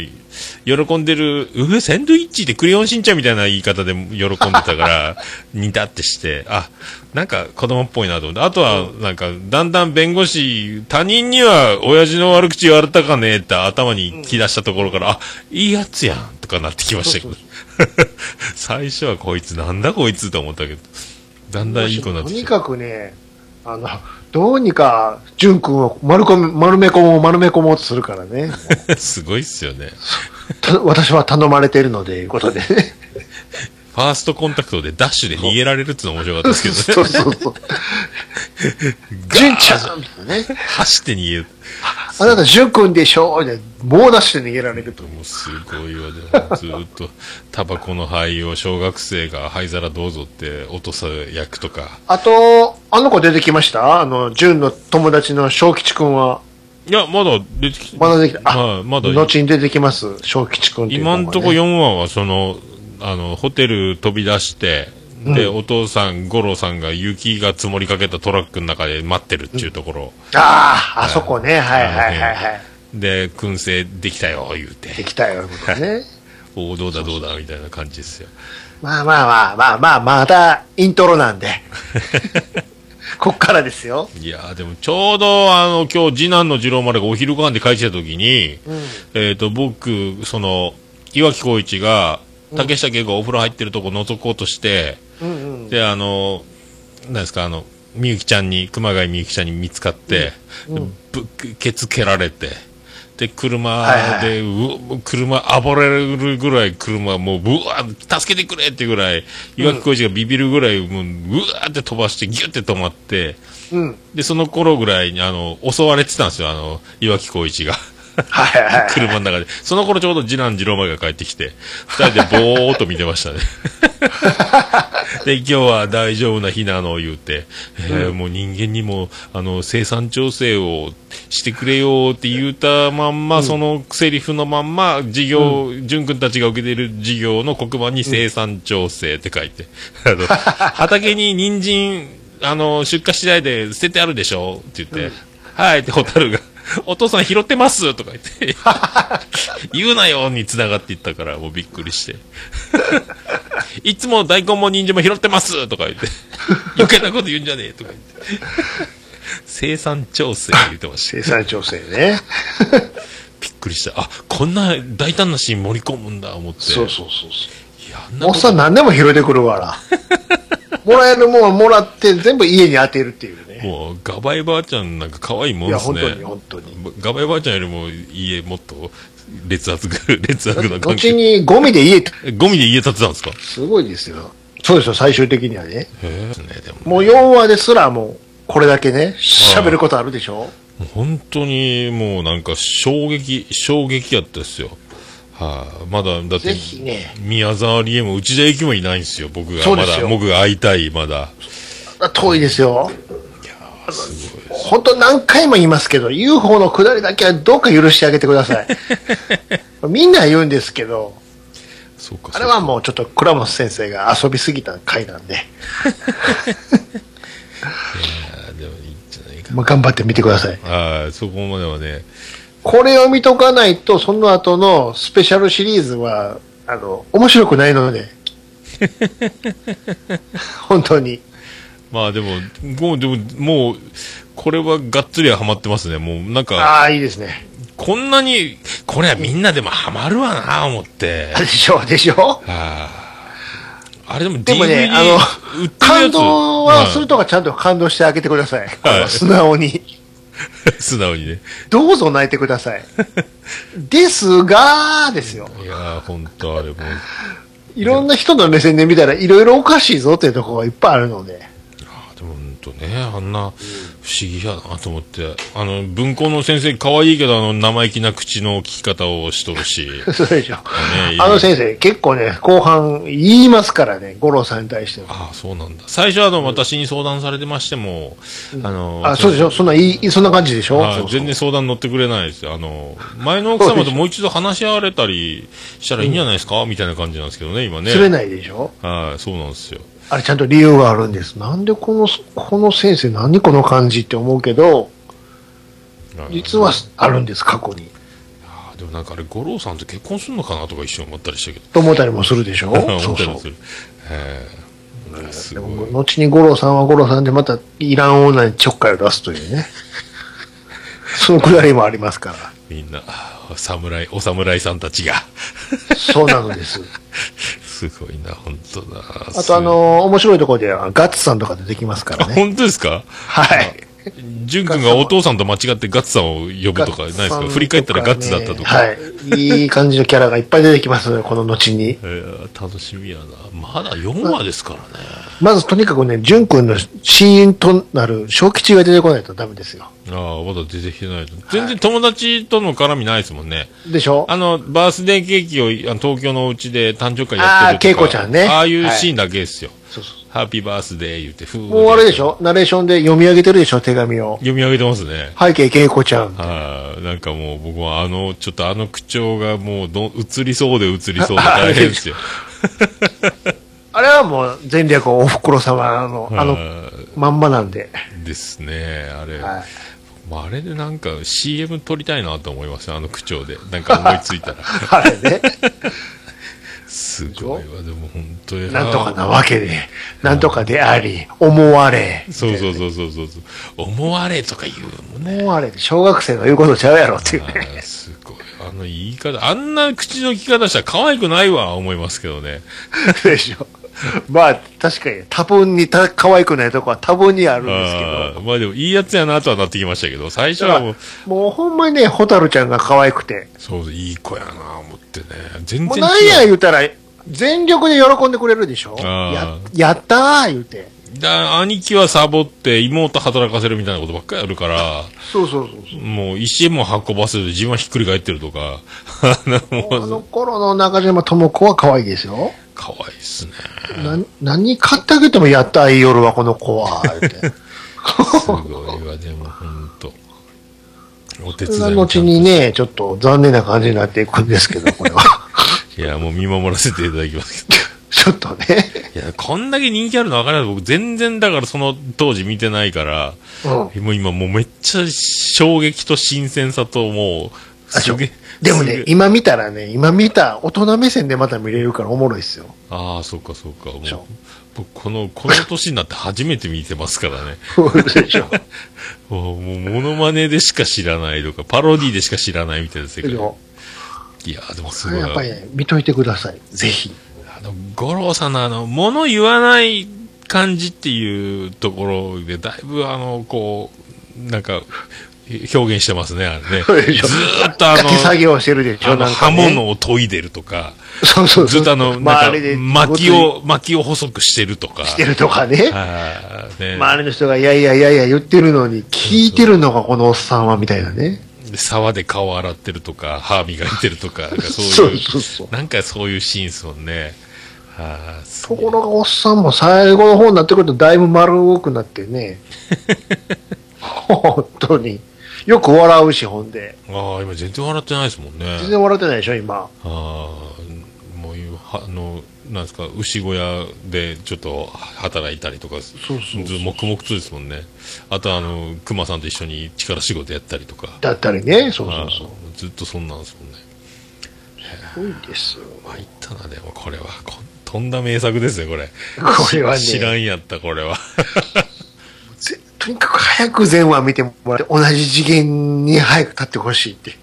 Speaker 1: 喜んでる、うえ、サンドイッチってクレヨンしんちゃんみたいな言い方で喜んでたから、にだってして、あ、なんか子供っぽいなと思って、あとは、なんか、だんだん弁護士、他人には親父の悪口言われたかねって頭に来だしたところから、あ、いいやつやんとかなってきましたけど、 最初はこいつ、なんだこいつと思ったけど、だんだんいい子になっ
Speaker 2: と
Speaker 1: て
Speaker 2: に
Speaker 1: き
Speaker 2: かくね、あの、どうにか、ジュン君を丸こめ丸め込もう、丸め込もうとするか らね。
Speaker 1: た。すごいっすよね。
Speaker 2: た私は頼まれてるので、いうことでね。
Speaker 1: ファーストコンタクトでダッシュで逃げられるっていうの面白かったですけどね。
Speaker 2: そうそ うそう。ジュンちゃんみたいなね。
Speaker 1: 走って逃げる。
Speaker 2: あなた、ジュン君でしょで、棒出して逃げられると。
Speaker 1: もうすごいわ、でもずーっと、タバコの灰を小学生が灰皿どうぞって落とさ焼くとか。
Speaker 2: あと、あの子出てきましたあの、ジュンの友達の小吉くんは。
Speaker 1: いや、まだ出てきて、
Speaker 2: まだできた。
Speaker 1: はいまだ
Speaker 2: 後に出てきます、小吉くんっていう子が
Speaker 1: 今
Speaker 2: ね、
Speaker 1: んとこ4話はその、あの、ホテル飛び出して、で、お父さん、五郎さんが雪が積もりかけたトラックの中で待ってるっていうところ、
Speaker 2: ああ、あそこね。はいはいはいはい。
Speaker 1: で、燻製できたよ、言うて
Speaker 2: で。きたよ、いうことね。
Speaker 1: おお、どうだどうだみたいな感じですよ。
Speaker 2: まあまあまあまあまあ、またイントロなんで。 こっからですよ。
Speaker 1: いやーでもちょうどあの今日次男の次郎丸がお昼ご飯で帰ってきた時に、
Speaker 2: うん。
Speaker 1: えっ、と僕その岩城浩一が竹下恵子がお風呂入ってるとこ覗こうとして、
Speaker 2: うんうん。
Speaker 1: であのなんですかあのみゆきちゃんに熊谷みゆきちゃんに見つかって、ぶっけつけられてで車
Speaker 2: はいは
Speaker 1: で、うお車暴れるぐらい車もうぶわー助けてくれってぐらい岩城浩一がビビるぐらいもううわーって飛ばしてギュって止まって。
Speaker 2: うん。
Speaker 1: で、その頃ぐらいに、あの、襲われてたんですよ、あの、岩城浩一が。
Speaker 2: はいはいはい。
Speaker 1: 車の中で。その頃ちょうど次男次郎丸が帰ってきて、二人でぼーっと見てましたね。で、今日は大丈夫な日なの、言うて、えーもう人間にも、あの、生産調整をしてくれよって言うたまんま、そのセリフのまんま、授業、淳君たちが受けている授業の黒板に生産調整って書いて、 あの、畑に人参、あの、出荷次第で捨ててあるでしょって言って、はいって蛍が、お父さん拾ってますとか言って、 言うなよに繋がっていったから、もうびっくりして。 いつも大根も人参も拾ってますとか 言って、余計なこと言うんじゃねえとか言って。生産調整言ってました。
Speaker 2: 生産調整ね。
Speaker 1: びっくりした。あ、こんな大胆なシーン盛り込むんだ、思って。
Speaker 2: そうそうそう
Speaker 1: いや、あん
Speaker 2: そ
Speaker 1: な
Speaker 2: う。
Speaker 1: こ
Speaker 2: おっ
Speaker 1: と
Speaker 2: さん何でも拾えてくるから。もらえるもんはもらって全部家に当てるっていうね。
Speaker 1: もう、ガバイばあちゃんなんか可愛いもん
Speaker 2: い
Speaker 1: で
Speaker 2: や、
Speaker 1: す
Speaker 2: 本
Speaker 1: ね。
Speaker 2: 当に本当に。
Speaker 1: ガバイばあちゃんよりも家もっと 劣悪ぐ、劣悪な関
Speaker 2: 後
Speaker 1: 係。
Speaker 2: にゴミで家って、
Speaker 1: ゴミで家建てたんですか
Speaker 2: すごいですよ。そうですよ、最終的にはね。
Speaker 1: へえ。ね、でも
Speaker 2: もう4話ですらもう、これだけね、喋ることあるでしょ
Speaker 1: 本当にもうなんか衝撃、衝撃やったですよ。はい、まだ、だって
Speaker 2: ぜ、ひね、
Speaker 1: 宮沢りえも内田有紀もいないんですよ、僕が。
Speaker 2: そう
Speaker 1: ま
Speaker 2: です
Speaker 1: だ、
Speaker 2: よ
Speaker 1: 僕が会いたい、まだ。
Speaker 2: 遠いですよ。
Speaker 1: すごい。
Speaker 2: 本当何回も言いますけど、UFO の下りだけはどうか許してあげてくださ い。みんな言うんですけど、
Speaker 1: そうか。
Speaker 2: あれは
Speaker 1: そうか
Speaker 2: もうちょっと倉本先生が遊びすぎた回なんで、
Speaker 1: あーでもいいんじゃないか
Speaker 2: まあ、頑張って見てください。
Speaker 1: な。はい、そこまではね。
Speaker 2: これを見とかないと、その後のスペシャルシリーズは、あの、面白くないの で。本当に。
Speaker 1: まあでも、もう、でも、もう、これはがっつりはまってますね。もう、なんか、
Speaker 2: ああ、いいですね。
Speaker 1: こんなに、これはみんなでもハマるわな、思って。
Speaker 2: でしょ、でしょ。
Speaker 1: あーあれでも DVD
Speaker 2: でもね、あの
Speaker 1: 売ってるやつ、
Speaker 2: 感動はす
Speaker 1: う
Speaker 2: る
Speaker 1: ん
Speaker 2: とかちゃんと感動してあげてください。これは素直に。
Speaker 1: 素直にね。
Speaker 2: どうぞ泣いてく ださい。ですが、ですよ。
Speaker 1: いやー、本当あれもう、
Speaker 2: いろんな人の目線で見たら、いろいろおかしいぞっていうところがいっぱいあるので。
Speaker 1: あーでも本当ね、あんな不思議やなと思って、あの、文庫の先生可愛いけど、あの、生意気な口の聞き方をしとる し、
Speaker 2: そうでしょ。
Speaker 1: ね
Speaker 2: あの先生、結構ね、後半言いますからね、五郎さんに対しては。
Speaker 1: ああ、そうなんだ。最初はあの、私に相談されてましても、あの、
Speaker 2: あ、そうでしょそんな、いい、そんな感じでしょ
Speaker 1: はい
Speaker 2: そうそう
Speaker 1: 全然相談乗ってくれないですよ。あの、前の奥様ともう一度話し合われたりしたらいいんじゃないですか、みたいな感じなんですけどね、今ね。
Speaker 2: 釣れないでしょ
Speaker 1: はい、そうなんですよ。
Speaker 2: あれちゃんと理由があるんです。なんでこの、この先生、何この感じって思うけど、実はあるんです、過去に。
Speaker 1: あーでもなんかあれ、五郎さんと結婚するのかなとか一瞬思ったりしたけど。
Speaker 2: と思ったりもするで しょそ
Speaker 1: 思
Speaker 2: う
Speaker 1: った
Speaker 2: そ
Speaker 1: りも
Speaker 2: う
Speaker 1: す。る。えーす
Speaker 2: で
Speaker 1: ご
Speaker 2: も
Speaker 1: い。
Speaker 2: 後に五郎さんは五郎さんでまたイラン女にちょっかいを出すというね。 そのくだりもありますか
Speaker 1: みんな、侍、お侍さんたちが。
Speaker 2: ら。そうなのです。
Speaker 1: すごいな、本当だ。
Speaker 2: あとあの面白いところではガッツさんとか出てきますから
Speaker 1: す、
Speaker 2: ね。
Speaker 1: 本当ですか
Speaker 2: はい。
Speaker 1: 淳君がお父さんと間違ってガッツさんを呼ぶとかないです
Speaker 2: ガッツさん
Speaker 1: か
Speaker 2: とね
Speaker 1: 振り返ったらガッツだったとか。
Speaker 2: はい。いい感じのキャラがいっぱい出てきますので、この後に。
Speaker 1: えー楽しみやな。まだ4話ですからね。
Speaker 2: まずとにかくね、淳君の死因となる小吉が出てこないとダメですよ。
Speaker 1: ああ、まだ出てきてないと。全然友達との絡みないですもんね。
Speaker 2: でしょ
Speaker 1: あの、バースデーケーキをあの東京のうちで誕生会やってるとか。
Speaker 2: あー恵子ちゃんね
Speaker 1: ああいうシーンだけですよ。
Speaker 2: そうそう
Speaker 1: ハッピーバースデー言って、ふー
Speaker 2: もうあれでしょナレーションで読み上げてるでしょ手紙を。
Speaker 1: 読み上げてますね。
Speaker 2: 背景恵子ちゃん。
Speaker 1: はい、なんかもう僕はあの、ちょっとあの口調がもうど、映りそうで映りそうで
Speaker 2: ああ
Speaker 1: 大変 ですよ。
Speaker 2: あれはもう前略おふくろ様の、あの、
Speaker 1: は
Speaker 2: まんまなんで。
Speaker 1: いですね、あれ。
Speaker 2: はい
Speaker 1: まあ、あれでなんか CM 撮りたいなと思いますね、あの口調で。なんか思いついたら。
Speaker 2: あれね。
Speaker 1: すごいわ、でも本当に。
Speaker 2: なんとかなわけで、なんとかであり、思われ。
Speaker 1: そうそうそうそうそうそう。思われとか言うもんね。
Speaker 2: 思われて、小学生の言うことちゃうやろっていう
Speaker 1: あ
Speaker 2: ね。
Speaker 1: ーすごい。あの言い方、あんな口の利き方したら可愛くないわ、思いますけどね。
Speaker 2: でしょ。まあ、確かに多分にた可愛くないとこは多分にあるんですけ
Speaker 1: あーまあでも、いいやつやなとはなってきましたけど、最初
Speaker 2: ど。だ
Speaker 1: は
Speaker 2: か
Speaker 1: も
Speaker 2: ら
Speaker 1: う、
Speaker 2: もうほんまにね、ホタルちゃんが可愛くて。
Speaker 1: そう、いい子やな、思ってね。全
Speaker 2: もう
Speaker 1: 然
Speaker 2: なんや
Speaker 1: 違う。
Speaker 2: 言うたら、全力で喜んでくれるでしょや
Speaker 1: あ、
Speaker 2: やったー言うて。
Speaker 1: だ兄貴はサボって、妹働かせるみたいなことばっかりあるから、
Speaker 2: そうそうそうそう。
Speaker 1: もう石も運ばせる、自分はひっくり返ってるとか、 あの、
Speaker 2: あ
Speaker 1: も
Speaker 2: の
Speaker 1: う、
Speaker 2: 頃の中島智子は可愛いですよ。
Speaker 1: 可愛いっすね。
Speaker 2: な何買ってあげてもやったーいい夜はこの子は。言う て
Speaker 1: すごいわ、でも本当。お手伝い
Speaker 2: その
Speaker 1: もちゃ
Speaker 2: 後
Speaker 1: んと
Speaker 2: にね、ちょっと残念な感じになっていくんですけど、これは。
Speaker 1: いや、もう見守らせていただきますけ
Speaker 2: ちょっとね。
Speaker 1: ど。 いや、こんだけ人気あるの分からない。僕全然だからその当時見てないから、
Speaker 2: うん。
Speaker 1: もう今もうめっちゃ衝撃と新鮮さともう、すげえ。
Speaker 2: でも
Speaker 1: すげ
Speaker 2: ね
Speaker 1: え、
Speaker 2: 今見たらね、今見た大人目線でまた見れるからおもろいっすよ。
Speaker 1: ああ、そうかそうか。もう
Speaker 2: しょ
Speaker 1: 僕この、この年になって初めて見てますからね。
Speaker 2: でしょ。
Speaker 1: もう、もうモノマネでしか知らないとか、パロディでしか知らないみたいな世
Speaker 2: で
Speaker 1: 界。い
Speaker 2: し
Speaker 1: や
Speaker 2: ょ
Speaker 1: ー、でもすごいわ。
Speaker 2: やっぱりね、見といてください。ぜひ。
Speaker 1: あの、五郎さんのあの、物言わない感じっていうところで、だいぶあの、こう、なんか、表現してますね、あれね。ず
Speaker 2: そうでしょ
Speaker 1: ーっとあの
Speaker 2: 手、作業してるでしょ、
Speaker 1: あの
Speaker 2: なん
Speaker 1: 刃
Speaker 2: か、ね。
Speaker 1: 物を研いでるとか、
Speaker 2: そうそうそう。
Speaker 1: ずっとあの、なん
Speaker 2: 周
Speaker 1: か
Speaker 2: りで、
Speaker 1: 薪。を、薪を細くしてるとか。
Speaker 2: してるとかね。
Speaker 1: あーね、
Speaker 2: 周りの人が、いやいやいやいや言ってるのに、聞いてるのがこのおっさんは、みたいなね。
Speaker 1: で沢で顔洗ってるとか、歯磨いてるとか、なんかそ
Speaker 2: そうう
Speaker 1: いう、
Speaker 2: そうそう。
Speaker 1: なんかそういうシーンですもんね。あーす
Speaker 2: と
Speaker 1: ごい
Speaker 2: ころがおっさんも最後の方になってくるとだいぶ丸くなっ てね。本当に。よく笑うし、ほんで。
Speaker 1: ああ、今全然笑ってないですもんね。
Speaker 2: 全然笑ってないでしょ、今。
Speaker 1: ああ、もういう、はあの、なんですか、牛小屋でちょっと働いたりとか、
Speaker 2: そうそう
Speaker 1: ず黙々とですもんね。あと、あの、熊さんと一緒に力仕事やったりとか。
Speaker 2: だったりね。そうそ
Speaker 1: あ
Speaker 2: うそう。
Speaker 1: あずっとそんなんですもんね。
Speaker 2: すごいですよ。
Speaker 1: 参ったな、でもこれは。ことんだ名作ですね、これ。
Speaker 2: これは
Speaker 1: 知ら
Speaker 2: ね、
Speaker 1: んやった、これは。
Speaker 2: ぜとにかく早く全話見てもらって、同じ次元に早く立ってほしいって。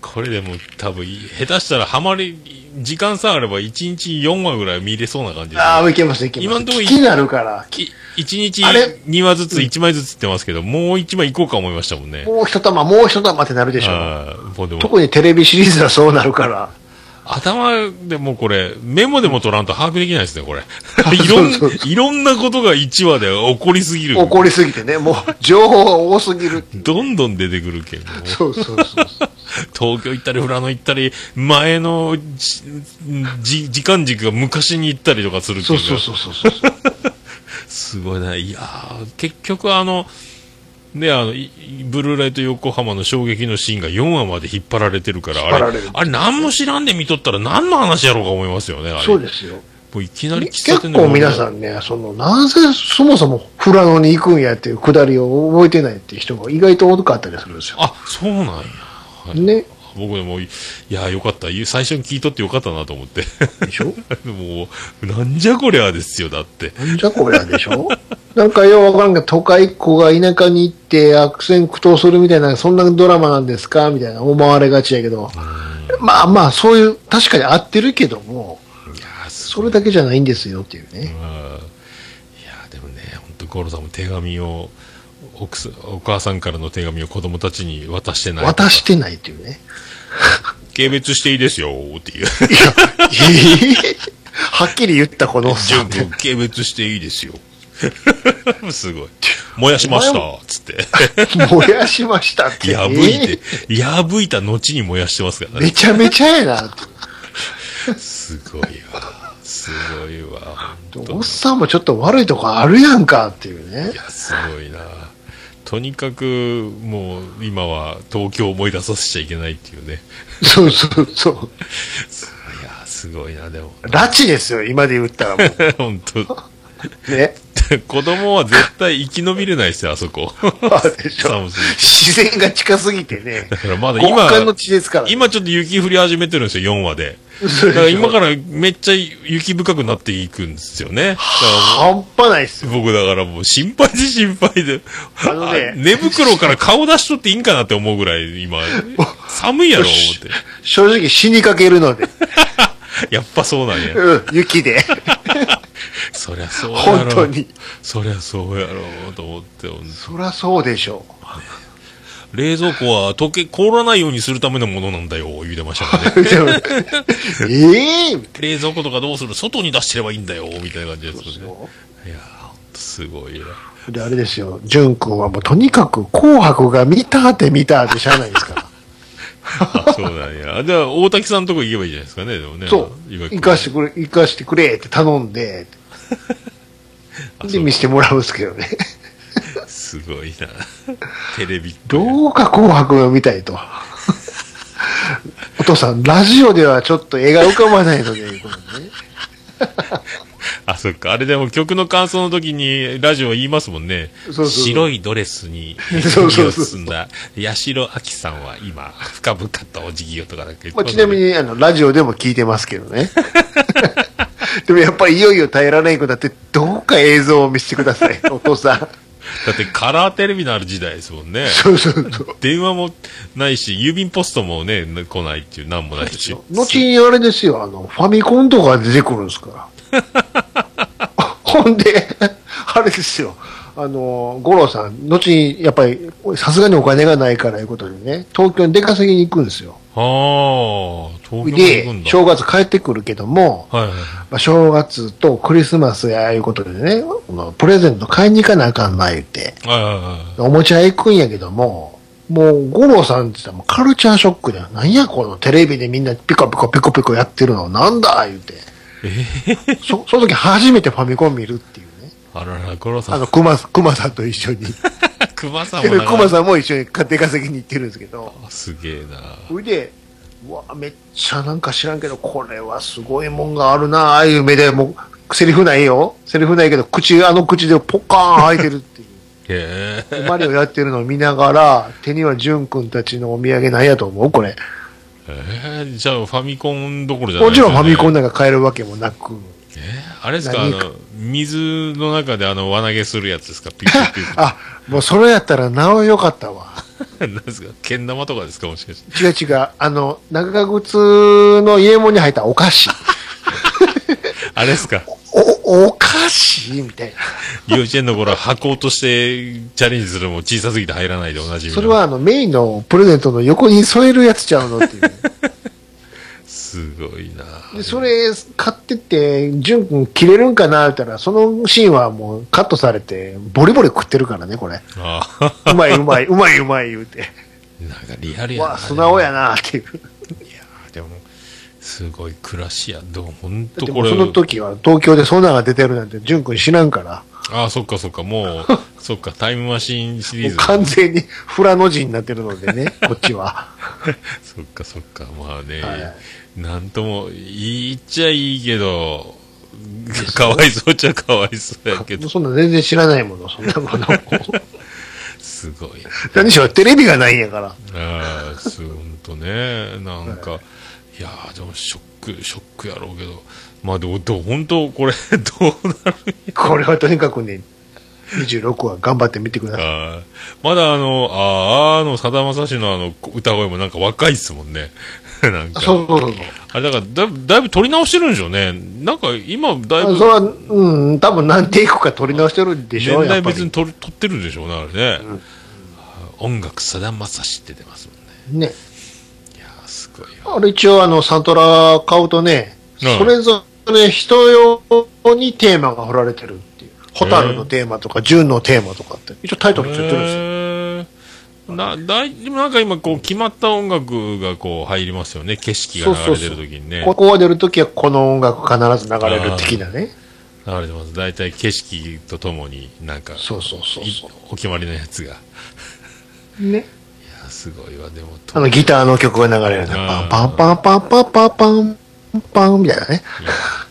Speaker 1: これでも多分、下手したらハマり、時間さえあれば1日4話ぐらい見れそうな感じです、ね。
Speaker 2: ああ、いけます、いけます。
Speaker 1: 今んとこい
Speaker 2: 気になるから、
Speaker 1: き一日
Speaker 2: あれ
Speaker 1: 2話ずつ1枚ずつってますけど、もう1枚いこうか思いましたもんね。
Speaker 2: もう一玉、もう一玉ってなるでしょ。
Speaker 1: ああもうでも
Speaker 2: 特にテレビシリーズはそうなるから。
Speaker 1: 頭でもうこれ、メモでも取らんと把握できないですね、これ。いろ
Speaker 2: そ
Speaker 1: ん
Speaker 2: うそうそ、
Speaker 1: いろんなことが1話で起こりすぎる。
Speaker 2: 怒りすぎてね、もう情報が多すぎるっていう。
Speaker 1: どんどん出てくるけん。もう
Speaker 2: そうそうそうそう。
Speaker 1: 東京行ったり、富良野行ったり、前のじじ時間軸が昔に行ったりとかするけ
Speaker 2: そ
Speaker 1: ん
Speaker 2: う
Speaker 1: が
Speaker 2: そうそうそうそう。
Speaker 1: すごいな。いやー結局あの、ね、あの、いブルーライト横浜の衝撃のシーンが4話まで引っ張られてるから、
Speaker 2: 張ら
Speaker 1: あ
Speaker 2: れ
Speaker 1: れ
Speaker 2: る、
Speaker 1: あれ何も知らんで見とったら何の話やろうか思いますよね、あれ。
Speaker 2: そうですよ。
Speaker 1: もういきなり喫茶
Speaker 2: 結
Speaker 1: 店
Speaker 2: 構皆さんね、その、なぜそもそも富良野に行くんやっていうくだりを覚えてないっていう人が意外と多かったりするんですよ。
Speaker 1: あ、そうなんや。はい
Speaker 2: ね。
Speaker 1: 僕でも、いやーよかった。ゆ最初に聞いとってよかったなと思って。
Speaker 2: でしょ
Speaker 1: もう、なんじゃこりゃですよ、だって。
Speaker 2: なんじゃこりゃでしょ なんかようわからんけど、都会っ子が田舎に行って悪戦苦闘するみたいな、そんなドラマなんですかみたいな思われがちやけど。まあまあ、そういう、確かに合ってるけども、
Speaker 1: いやーす
Speaker 2: そ
Speaker 1: ごい
Speaker 2: れだけじゃないんですよっていうね。
Speaker 1: あーいやーでもね本当五郎さんも手紙を奥さんお母さんからの手紙を子供たちに渡してない
Speaker 2: 渡してないっていう ね。
Speaker 1: 軽蔑していいですよっていう
Speaker 2: いや、ええはっきり言ったこのおっさ
Speaker 1: 純君
Speaker 2: ん
Speaker 1: 軽蔑していいですよ すごい燃やしましたつって
Speaker 2: 燃やしましたって。
Speaker 1: 破い
Speaker 2: え
Speaker 1: て破いた後に燃やしてますから
Speaker 2: えめ
Speaker 1: ね
Speaker 2: ちゃめちゃやなって。
Speaker 1: すごいわすごいわ本当
Speaker 2: おっさんもちょっと悪いとこあるやんかっていうね
Speaker 1: い。やすごいなとにかくもう今は東京を思い出させちゃいけないっていうね
Speaker 2: そうそうそう。
Speaker 1: いやーすごいなでも
Speaker 2: 拉致ですよ、今で言ったらも
Speaker 1: 本当
Speaker 2: う。ね。
Speaker 1: 子供は絶対生き延びれないですよ、あそこ。
Speaker 2: でしょ
Speaker 1: 寒すぎて
Speaker 2: 自然が近すぎてね。
Speaker 1: だからまだ
Speaker 2: 極
Speaker 1: 今、
Speaker 2: 寒の地ですから、
Speaker 1: 今ちょっと雪降り始めてるんですよ、4話で。
Speaker 2: 嘘
Speaker 1: だ
Speaker 2: でしょ
Speaker 1: から今からめっちゃ雪深くなっていくんですよね。だから
Speaker 2: 半端ないっすよ。
Speaker 1: 僕だからもう心配で心配で。
Speaker 2: あのね
Speaker 1: あ寝袋から顔出しとっていいんかなって思うぐらい今、寒いやろ思っ
Speaker 2: 正直死にかけるので、
Speaker 1: て。やっぱそうなんや。
Speaker 2: うん、雪で。
Speaker 1: そりゃそうやろ。
Speaker 2: 本当に。
Speaker 1: そりゃそうやろと思って。ほんと
Speaker 2: そらそうでしょ
Speaker 1: 冷蔵庫は溶け、凍らないようにするためのものなんだよ、言うてました からね。
Speaker 2: う。でもええみた
Speaker 1: 冷蔵庫とかどうする外に出してればいいんだよ、みたいな感じです
Speaker 2: いな
Speaker 1: よね。いやー、ほんとすごいな。
Speaker 2: で、あれですよ、淳君はもうとにかく紅白が見たって見たってしゃあないで すから。
Speaker 1: あそうなんや。じゃあ、大滝さんのとこ行けばいいじゃないですかね、でもね。
Speaker 2: そう。
Speaker 1: 今
Speaker 2: 行かしてくれ、行かしてくれって頼んで、
Speaker 1: あ
Speaker 2: で
Speaker 1: そう
Speaker 2: 見せてもらうんですけどね。
Speaker 1: すごいな。 テレビって
Speaker 2: どうか紅白が見たい と。お父さん、ラジオではちょっと絵が浮かばないので、このね
Speaker 1: あ、そっか。あれでも曲の感想の時にラジオ言いますもんね。
Speaker 2: そうそうそう
Speaker 1: 白いドレスに
Speaker 2: そう
Speaker 1: 身
Speaker 2: そう
Speaker 1: を
Speaker 2: そう
Speaker 1: 包んだ、八代亜紀さんは今、深々とお辞儀をとかなんか言って
Speaker 2: まあ、
Speaker 1: ます
Speaker 2: ち
Speaker 1: も
Speaker 2: なんみ
Speaker 1: ね
Speaker 2: にあのラジオでも聞いてますけど ね。でもやっぱりいよいよ耐えられない子だって、どうか映像を見せてくだ さい、お父さん。
Speaker 1: だってカラーテレビのある時代ですもんね。
Speaker 2: そうそうそう。
Speaker 1: 電話もないし、郵便ポストもね、来ないっていう、なんもないし。
Speaker 2: 後にあれですよ、あの、ファミコンとか出てくるんです から。ほんで、あれですよ、あの、五郎さん、後にやっぱり、さすがにお金がないからいうことでね、東京に出稼ぎに行くんですよ。
Speaker 1: はあ、東京に行くん
Speaker 2: で、
Speaker 1: だ。
Speaker 2: 正月帰ってくるけども、
Speaker 1: はいはい。
Speaker 2: まあ、正月とクリスマスやいうことでね、まあプレゼント買いに行かなあかんな言って、
Speaker 1: はいはいは
Speaker 2: おもちゃ屋行くんやけども、もう、五郎さんって言ったらもうカルチャーショックだよ。なんやこのテレビでみんなピコピコピコピコやってるの。なんだ言うて。そ、その時初めてファミコン見るっていうね。
Speaker 1: い。あらら、五郎さ
Speaker 2: あの、
Speaker 1: ん。
Speaker 2: 熊、熊さんと一緒 に。
Speaker 1: 熊さんもなかな
Speaker 2: 熊
Speaker 1: か
Speaker 2: さんも一緒に出稼ぎに行ってるんですけど。
Speaker 1: すげえな。
Speaker 2: それで、うわ、めっちゃなんか知らんけど、これはすごいもんがあるな、ああいう目で、もう、セリフないよ。セリフないけど、口、あの口でポカーン開いてるっていう。
Speaker 1: へえ。
Speaker 2: マリオやってるのを見ながら、手にはジュン君たちのお土産なんやと思うこれ。
Speaker 1: えー、じゃあファミコンどころじゃない
Speaker 2: も
Speaker 1: です
Speaker 2: ち
Speaker 1: よ
Speaker 2: ろん
Speaker 1: ね
Speaker 2: ファミコンなんか買えるわけもなく。
Speaker 1: えーあれですかあ
Speaker 2: 何
Speaker 1: の、水の中であの、輪投げするやつですかピューピューピュ
Speaker 2: あ、もうそれやったらなおよかったわ。
Speaker 1: ー。 何ですかけん玉とかですかもしかして。
Speaker 2: 違う違う。あの、長靴の家門に入ったお菓子。
Speaker 1: あれですか
Speaker 2: お、お菓子みたいな。
Speaker 1: 幼稚園の頃は箱としてチャレンジするのも小さすぎて入らないでおなじみの
Speaker 2: それはあの、メインのプレゼントの横に添えるやつちゃうのっていう。
Speaker 1: すごいな
Speaker 2: で、それ買ってって、淳君切れるんかなって言ったら、そのシーンはもうカットされて、ボリボリ食ってるからね、これ。
Speaker 1: あー
Speaker 2: うまいうまい、うまいうまい言うて。
Speaker 1: なんかリアルやな
Speaker 2: わあ、素直やなっていう。
Speaker 1: でもすごい暮らしやどうほんと
Speaker 2: で
Speaker 1: こ
Speaker 2: も
Speaker 1: れ
Speaker 2: その時は東京でそんなんが出てるなんて、淳君知らんから、
Speaker 1: ああそっかそっかもうそっかタイムマシンシリ
Speaker 2: も
Speaker 1: ー
Speaker 2: う
Speaker 1: ズ
Speaker 2: 完全にフラの字になってるの でね、こっちは。
Speaker 1: そっかそっか、まあね、
Speaker 2: は
Speaker 1: なんとも言っちゃいいけど、かわいそうっちゃかわいそうやけ
Speaker 2: もう
Speaker 1: ど、
Speaker 2: そんなん全然知らないもの、そんなもの。
Speaker 1: すごい。
Speaker 2: 何しろテレビがないんやから。
Speaker 1: ああ、すほんとね、なんか、いやーでもショック、ショックやろうけど、まあでも、どう本当これ、 どうなる
Speaker 2: これはとにかくね、26話頑張って見てください。
Speaker 1: か。まだあの、あーあの、さだまさしのあの、歌声もなんか若いっすもんね。 なんか。
Speaker 2: そうそうそうそう。
Speaker 1: あれだからだいぶ、だいぶ取り直してるんでしょうね。なんか今、だい
Speaker 2: あ
Speaker 1: ぶ
Speaker 2: そ。れは、うん、多分何ていくか取り直してるんでしょ
Speaker 1: 年
Speaker 2: うや
Speaker 1: 代
Speaker 2: っぱ
Speaker 1: 別
Speaker 2: り
Speaker 1: に。取る取ってるんでしょうね、あれね。音楽、さだまさしって出ますもんね。
Speaker 2: ね。
Speaker 1: いやー、すごいよ。
Speaker 2: あれ一応あの、サントラ買うとね、
Speaker 1: うん
Speaker 2: それぞれ人用にテーマが振られてるっていう。ホタルのテーマとか、ジュンのテーマとかって、一応タイトルついてるんですよ。
Speaker 1: へーな、だい、でもなんか今、こう、決まった音楽がこう、入りますよね。景色が流れてる時にね。
Speaker 2: ここが出るときはこの音楽必ず流れる的なね。
Speaker 1: 流れてます。大体景色とともになんか、
Speaker 2: そうそうそう
Speaker 1: い
Speaker 2: そ。
Speaker 1: お決まりのやつが。いう
Speaker 2: ね。
Speaker 1: やー、すごいわ、でも。
Speaker 2: あのギターの曲が流れるね。
Speaker 1: あー
Speaker 2: パンパンパンパンパンパンパンパンみたいなね。
Speaker 1: い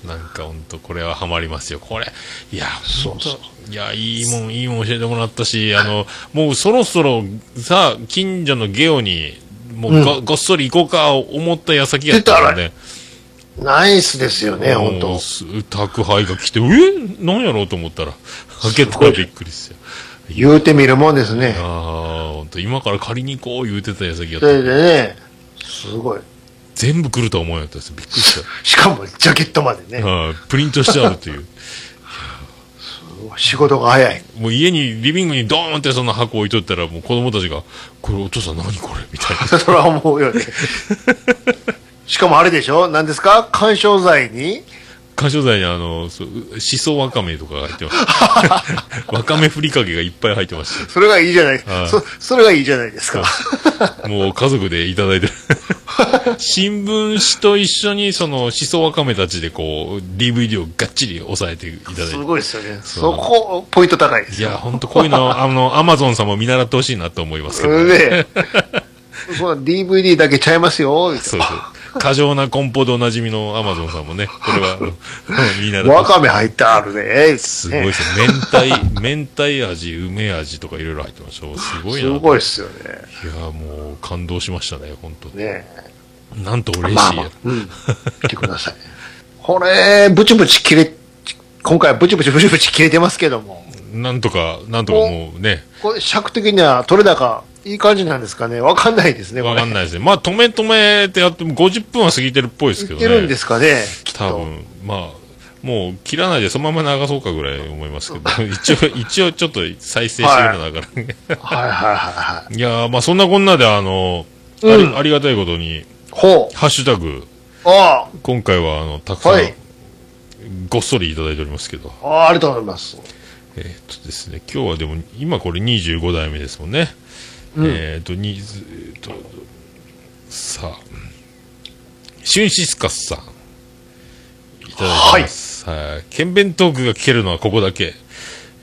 Speaker 1: や、なんかほんと、これはハマりますよ、これ。いや、
Speaker 2: そうそう
Speaker 1: う。いや、いいもん、いいもん教えてもらったし、あの、もうそろそろ、さ、近所のゲオに、もうご,、ごっそり行こうか、思った矢先やったからね。
Speaker 2: ナイスですよね、
Speaker 1: もう
Speaker 2: 本当。
Speaker 1: す宅配が来て、えなんやろうと思ったら、開けたらびっくりっすよ。
Speaker 2: 言うてみるもんですね。
Speaker 1: ああ、ほんと、今から借りに行こう言うてた矢先やっ
Speaker 2: それ
Speaker 1: た。
Speaker 2: でね、すごい。
Speaker 1: 全部来るとは思わなかったです。びっくりし
Speaker 2: しかも、ジャケットまで
Speaker 1: た。
Speaker 2: ね。
Speaker 1: はいプリントしてあるという。
Speaker 2: 仕事が早い。
Speaker 1: もう家に、リビングにドーンってその箱置いとったら、もう子供たちが、これお父さん何これみたいな。
Speaker 2: それは思 うよね。しかもあれでしょ何ですか干渉罪に
Speaker 1: 干渉剤にあの、そうしそわかめとかが入ってました。わかめふりかけがいっぱい入ってまし
Speaker 2: それがいいじゃない、
Speaker 1: はい
Speaker 2: そ、それがいいじゃないですか。
Speaker 1: た。もう家族でいただいてる。新聞紙と一緒に、その、しそわかめたちでこう、DVD をがっちり押さえていただい
Speaker 2: す
Speaker 1: て。
Speaker 2: ごいですよね。
Speaker 1: そう
Speaker 2: そこ、ポイント高いです
Speaker 1: い
Speaker 2: よ。
Speaker 1: や、ほんとこういうの、あの、アマゾンさんも見習ってほしいなと思いますけど。
Speaker 2: うんね。そうだ DVD だけちゃいますよ、みた
Speaker 1: そ
Speaker 2: いう
Speaker 1: そう。過剰な梱包でおなじみのアマゾンさんもね、これは、あの見習って
Speaker 2: な。わかめ入ってあるね。
Speaker 1: すごいですよ。明太、明太味、梅味とかいろいろ入ってました。すごい
Speaker 2: す
Speaker 1: な。
Speaker 2: ごいですよね。
Speaker 1: いや、もう感動しましたね、本当
Speaker 2: ね
Speaker 1: なんと嬉しい。
Speaker 2: まあまあ、うん。見てください。これ、ブチブチ切れ、今回はブチブチブチブチ切れてますけども、
Speaker 1: なんとか、なんとかもうね、
Speaker 2: これ尺的には取れ高、いい感じなんですかねわかんないですね、これ
Speaker 1: わかんないですね。まあ、止め止めってやっても50分は過ぎてるっぽいですけど
Speaker 2: い
Speaker 1: ね。
Speaker 2: けるんですかねきっ
Speaker 1: 多
Speaker 2: と。
Speaker 1: 分、まあ、もう切らないでそのまま流そうかぐらい思います けど、一応、一応ちょっと再生してるのだから、ね。
Speaker 2: はいはいはいはい。
Speaker 1: いやー、まあそんなこんなで、あの、あ
Speaker 2: うん
Speaker 1: りありがたいことに、
Speaker 2: ほう。
Speaker 1: ハッシュタグ、
Speaker 2: あ
Speaker 1: 今回は、あの、たくさん、
Speaker 2: はい
Speaker 1: ごっそりいただいておりますけど、
Speaker 2: あ、あありがとうございます。
Speaker 1: えーっとですね、今日はでも、今これ25代目ですもんね。
Speaker 2: うん
Speaker 1: えーっと、に、えーっと、さあ、シュンシスカスさん、いただいてます。はい。剣弁トークが聞けるのはここだけ。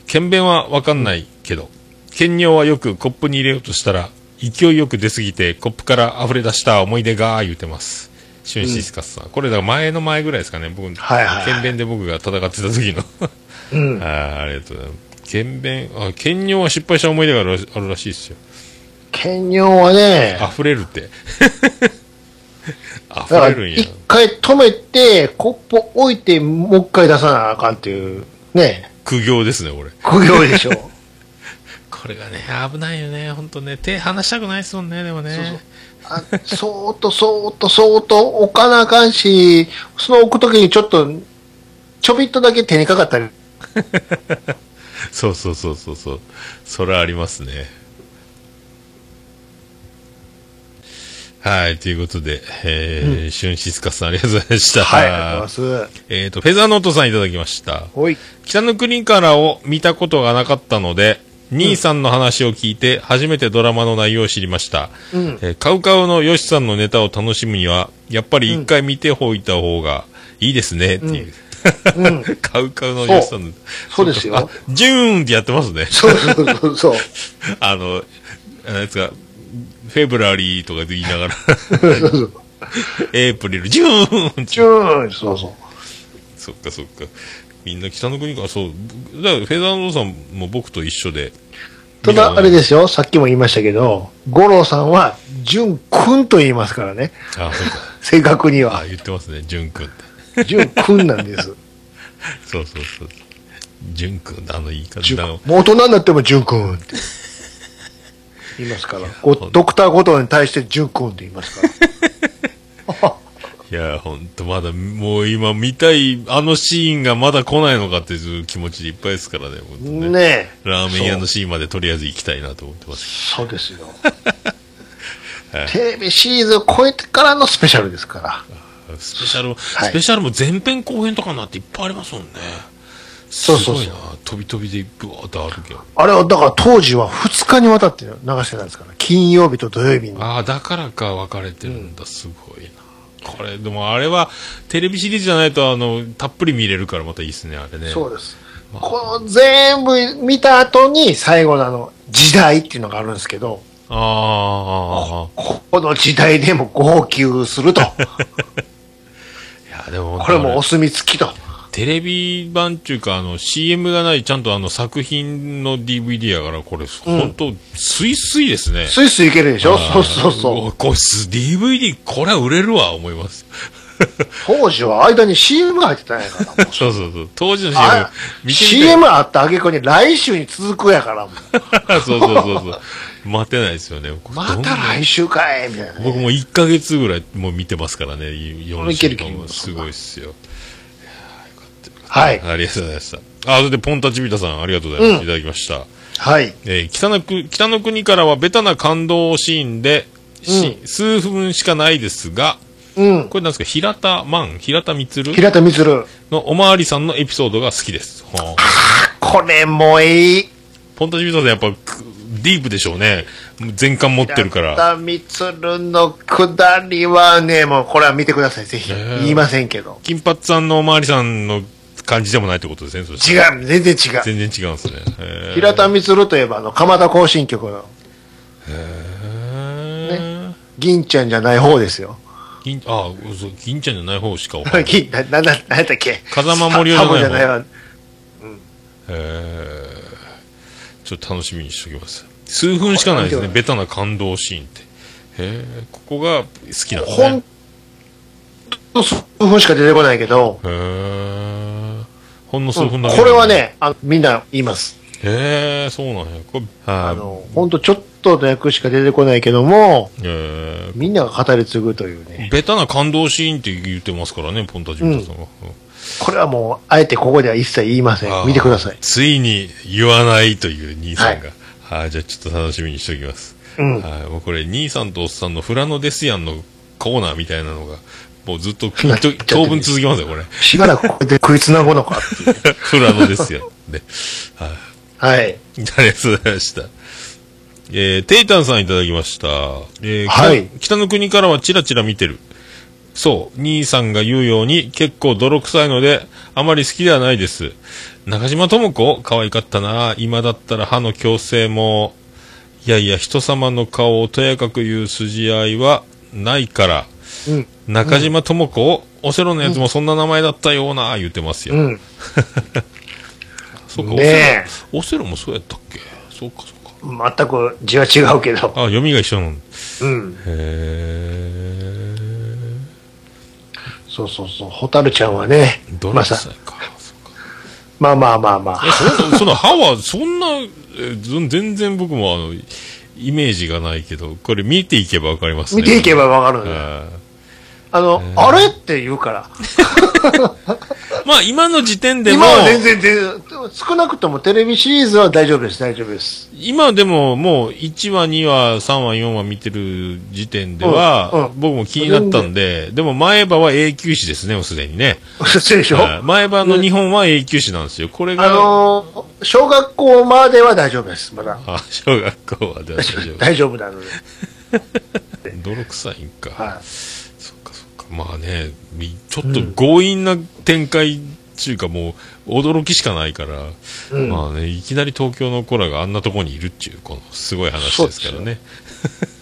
Speaker 1: 剣弁はわかんないけど、剣尿はよくコップに入れようとしたら、勢いよく出すぎて、コップから溢れ出した思い出が、言うてます。シュンシスカスさん。これだから前の前ぐらいですかね。僕、
Speaker 2: はいはい
Speaker 1: 剣弁で僕が戦ってた時の。
Speaker 2: う ん。
Speaker 1: あーありがとうございます。剣弁、あ、剣尿は失敗した思い出があるあるらしいですよ。
Speaker 2: 兼用はね、
Speaker 1: 溢れるって。 溢
Speaker 2: だか
Speaker 1: れ
Speaker 2: ら
Speaker 1: るんや。
Speaker 2: 一回止めて、コップ置いて、もう一回出さなあかんっていう、ね、
Speaker 1: 苦行ですね、これ。
Speaker 2: 苦行でしょ。
Speaker 1: これがね、危ないよね。ほんとね、手離したくないですもんね、でもね。
Speaker 2: あそーっとそーっとそーっと置かなあかんし、その置くときにちょっと、ちょびっとだけ手にかかったり、
Speaker 1: そうそうそうそうそう。それはありますね。はい、ということで、えーシュンシスカさんありがとうございました。
Speaker 2: はい、ありがとうございます。
Speaker 1: えっ、と、フェザーノートさんいただきました。
Speaker 2: おい、
Speaker 1: 北の国からを見たことがなかったので、兄さんの話を聞いて、初めてドラマの内容を知りました。
Speaker 2: うん
Speaker 1: えーカウカウのヨシさんのネタを楽しむには、やっぱり一回見ておいた方がいいですね、っていう。
Speaker 2: うん、
Speaker 1: カウカウのヨシさんの。
Speaker 2: そうですよ
Speaker 1: あ、ジューンってやってますね。
Speaker 2: そうそうそうそう、
Speaker 1: あの、あれですか、フェブラリーとかで言いなが ら、
Speaker 2: そうそう、
Speaker 1: エイプリル、ジューン
Speaker 2: チューン、そうそう、
Speaker 1: そっかそっか。みんな北の国から、そう。だから、フェザーノーさんも僕と一緒で。
Speaker 2: た
Speaker 1: みん
Speaker 2: だ、
Speaker 1: な
Speaker 2: あれですよ、さっきも言いましたけど、五郎さんは、淳くんと言いますからね、
Speaker 1: あ、そうか。
Speaker 2: 正確に
Speaker 1: あ
Speaker 2: は、
Speaker 1: 言ってますね、淳君って。
Speaker 2: 淳くんなんです。
Speaker 1: そうそうそう。淳君あの言い方
Speaker 2: 淳
Speaker 1: だ
Speaker 2: もう大人になっても淳くんって。言いますから。こうドクターごとに対して淳くんって言いますから。
Speaker 1: いや、ほんとまだ、もう今見たい、あのシーンがまだ来ないのかっていう気持ちでいっぱいですからね、ほんとね。
Speaker 2: ねえ。
Speaker 1: ラーメン屋のシーンまでとりあえず行きたいなと思ってます。
Speaker 2: そうですよ。 テレビシリーズを超えてからのスペシャルですから。
Speaker 1: スペシャルも、
Speaker 2: はい
Speaker 1: スペシャルも前編後編とかになっていっぱいありますもんね。す
Speaker 2: そうそう
Speaker 1: ご
Speaker 2: そう
Speaker 1: いな。飛び飛びでブワーッとあるけど。
Speaker 2: あれは、だから当時は2日にわたって流してたんですから。金曜日と土曜日に。
Speaker 1: ああ、だからか分かれてるんだ、すごいな。これ、でもあれは、テレビシリーズじゃないと、あの、たっぷり見れるからまたいいですね、あれね。
Speaker 2: そうです。この全部見た後に最後のあの時代っていうのがあるんですけど、
Speaker 1: ああ、
Speaker 2: この時代でも号泣すると。
Speaker 1: いやや、でも、
Speaker 2: これもうお墨付きと。
Speaker 1: テレビ版っていうか、あの、CM がない、ちゃんとあの、作品の DVD やから、これ、ほんと、スイスイですね。
Speaker 2: スイスイいけるでしょそうそう
Speaker 1: う
Speaker 2: そう。
Speaker 1: わこいつ DVD、これは売れるわ、思います。
Speaker 2: 当時は間に CM が入ってたんやから。
Speaker 1: そうそうそう。当時の CM
Speaker 2: あ、
Speaker 1: 見てみたい。
Speaker 2: CM あったあげこに来週に続くやから、もう
Speaker 1: そうそうそうそう。待てないですよね。
Speaker 2: また来週かいみたいなね、
Speaker 1: 僕も1ヶ月ぐらいもう見てますからね、4
Speaker 2: いけ
Speaker 1: 週
Speaker 2: るいけ
Speaker 1: 間も
Speaker 2: る
Speaker 1: すごいっすよ。
Speaker 2: はい。
Speaker 1: ありがとうございました。あ、それでポンタチビタさん、ありがとうございます。いただきました。
Speaker 2: はい。
Speaker 1: えー北の国北の国からはベタな感動シーンで、し数分しかないですが、
Speaker 2: うん。
Speaker 1: これなんですか、平田万、平田光
Speaker 2: 平田充。
Speaker 1: のおまわりさんのエピソードが好きです。はあ
Speaker 2: これもいい。
Speaker 1: ポンタチビタさん、やっぱくディープでしょうね。全巻持ってるから。
Speaker 2: 平田充のくだりはね、もうこれは見てください、ぜひ。
Speaker 1: ねえ
Speaker 2: 言いませんけど。
Speaker 1: 金髪さんのおまわりさんの感じでもないってことですね。そして
Speaker 2: 違う、全然違う。
Speaker 1: 全然違うんですね。へー
Speaker 2: 平田充といえば、あの、蒲田行進曲の、
Speaker 1: へー
Speaker 2: 銀ちゃんじゃない方ですよ。
Speaker 1: 銀、あ、そう銀ちゃんじゃない方しかわかんない。
Speaker 2: 銀、な、な、な、なんだっけ。
Speaker 1: 風間森生
Speaker 2: ササボ
Speaker 1: じ
Speaker 2: じ
Speaker 1: ゃ
Speaker 2: ゃ
Speaker 1: な
Speaker 2: ないい
Speaker 1: 方
Speaker 2: わ。
Speaker 1: へーちょっと楽しみにしておきます。数分しかないですね。ベタな感動シーンって。へーここが好きなんです
Speaker 2: ほん
Speaker 1: ね。
Speaker 2: と数分しか出てこないけど、
Speaker 1: へーほんの数
Speaker 2: うん
Speaker 1: 分だけ、
Speaker 2: これは。ね、あのみんな言います。
Speaker 1: へーそうなんや。これ、
Speaker 2: あ
Speaker 1: は
Speaker 2: の、ほんとちょっとの役しか出てこないけども、
Speaker 1: い。え
Speaker 2: みんなが語り継ぐというね。
Speaker 1: ベタな感動シーンって言ってますからね、ポンタジミタさんが。うん
Speaker 2: これはもう、あえてここでは一切言いませ
Speaker 1: あー
Speaker 2: ん。見てください。
Speaker 1: ついに言わないという兄さんが。はい、じゃあちょっと楽しみにしておきます。
Speaker 2: うん
Speaker 1: はい、もうこれ、兄さんとおっさんのフラノデスヤンのコーナーみたいなのが、もうずっと きっと当分続きますよ、これ。
Speaker 2: しばらくこれで食いつなごうのかっていう。
Speaker 1: フラノデスヤン。ね。はい。
Speaker 2: はい。
Speaker 1: ありがとうございました。えー、テイタンさんいただきました。えー、北
Speaker 2: はい
Speaker 1: 北の国からはチラチラ見てる。そう、兄さんが言うように結構泥臭いので、あまり好きではないです。中島智子、可愛かったな。今だったら歯の矯正も、いやいや、人様の顔をとやかく言う筋合いはないから、
Speaker 2: うん。
Speaker 1: 中島智子を、オセロのやつもそんな名前だったような、言ってますよ。
Speaker 2: うん。
Speaker 1: そうか、
Speaker 2: ね
Speaker 1: オセロ、オセロもそうやったっけそうか、そうか。
Speaker 2: 全く字は違うけど。
Speaker 1: あ、読みが一緒なの。
Speaker 2: うん。
Speaker 1: へ
Speaker 2: そうそうそう。ホタルちゃんはね
Speaker 1: ー。、ド
Speaker 2: ま
Speaker 1: ラ
Speaker 2: あ
Speaker 1: 臭
Speaker 2: さ
Speaker 1: いか。そうか
Speaker 2: まあまあまあまあ。
Speaker 1: そのその歯は、そんな、えーずん全然僕もあの、イメージがないけど、これ見ていけばわかりますね。
Speaker 2: 見ていけばわかる
Speaker 1: あ
Speaker 2: のよ。
Speaker 1: ー
Speaker 2: あの、あれって言うから。
Speaker 1: まあ、今の時点でも
Speaker 2: 今、は全然全然、少なくともテレビシリーズは大丈夫です、大丈夫です。
Speaker 1: 今でももう1話、2話、3話、4話見てる時点で
Speaker 2: うん
Speaker 1: は
Speaker 2: う、ん
Speaker 1: 僕も気になったんで、でも前歯は永久歯ですね、もうすでにね。
Speaker 2: そうでしょ
Speaker 1: はい前歯の日本は永久歯なんですよ。これ
Speaker 2: あ
Speaker 1: が、
Speaker 2: のー、小学校までは大丈夫です、まだ。
Speaker 1: あ小学校は大丈夫。
Speaker 2: 大丈夫なので。
Speaker 1: 泥臭いんか。
Speaker 2: はい。
Speaker 1: そっかそっか。まあね、みちょっと強引な展開っていうかもう驚きしかないから、
Speaker 2: うん
Speaker 1: まあね、いきなり東京の子らがあんなとこにいるっていう、このすごい話ですからね。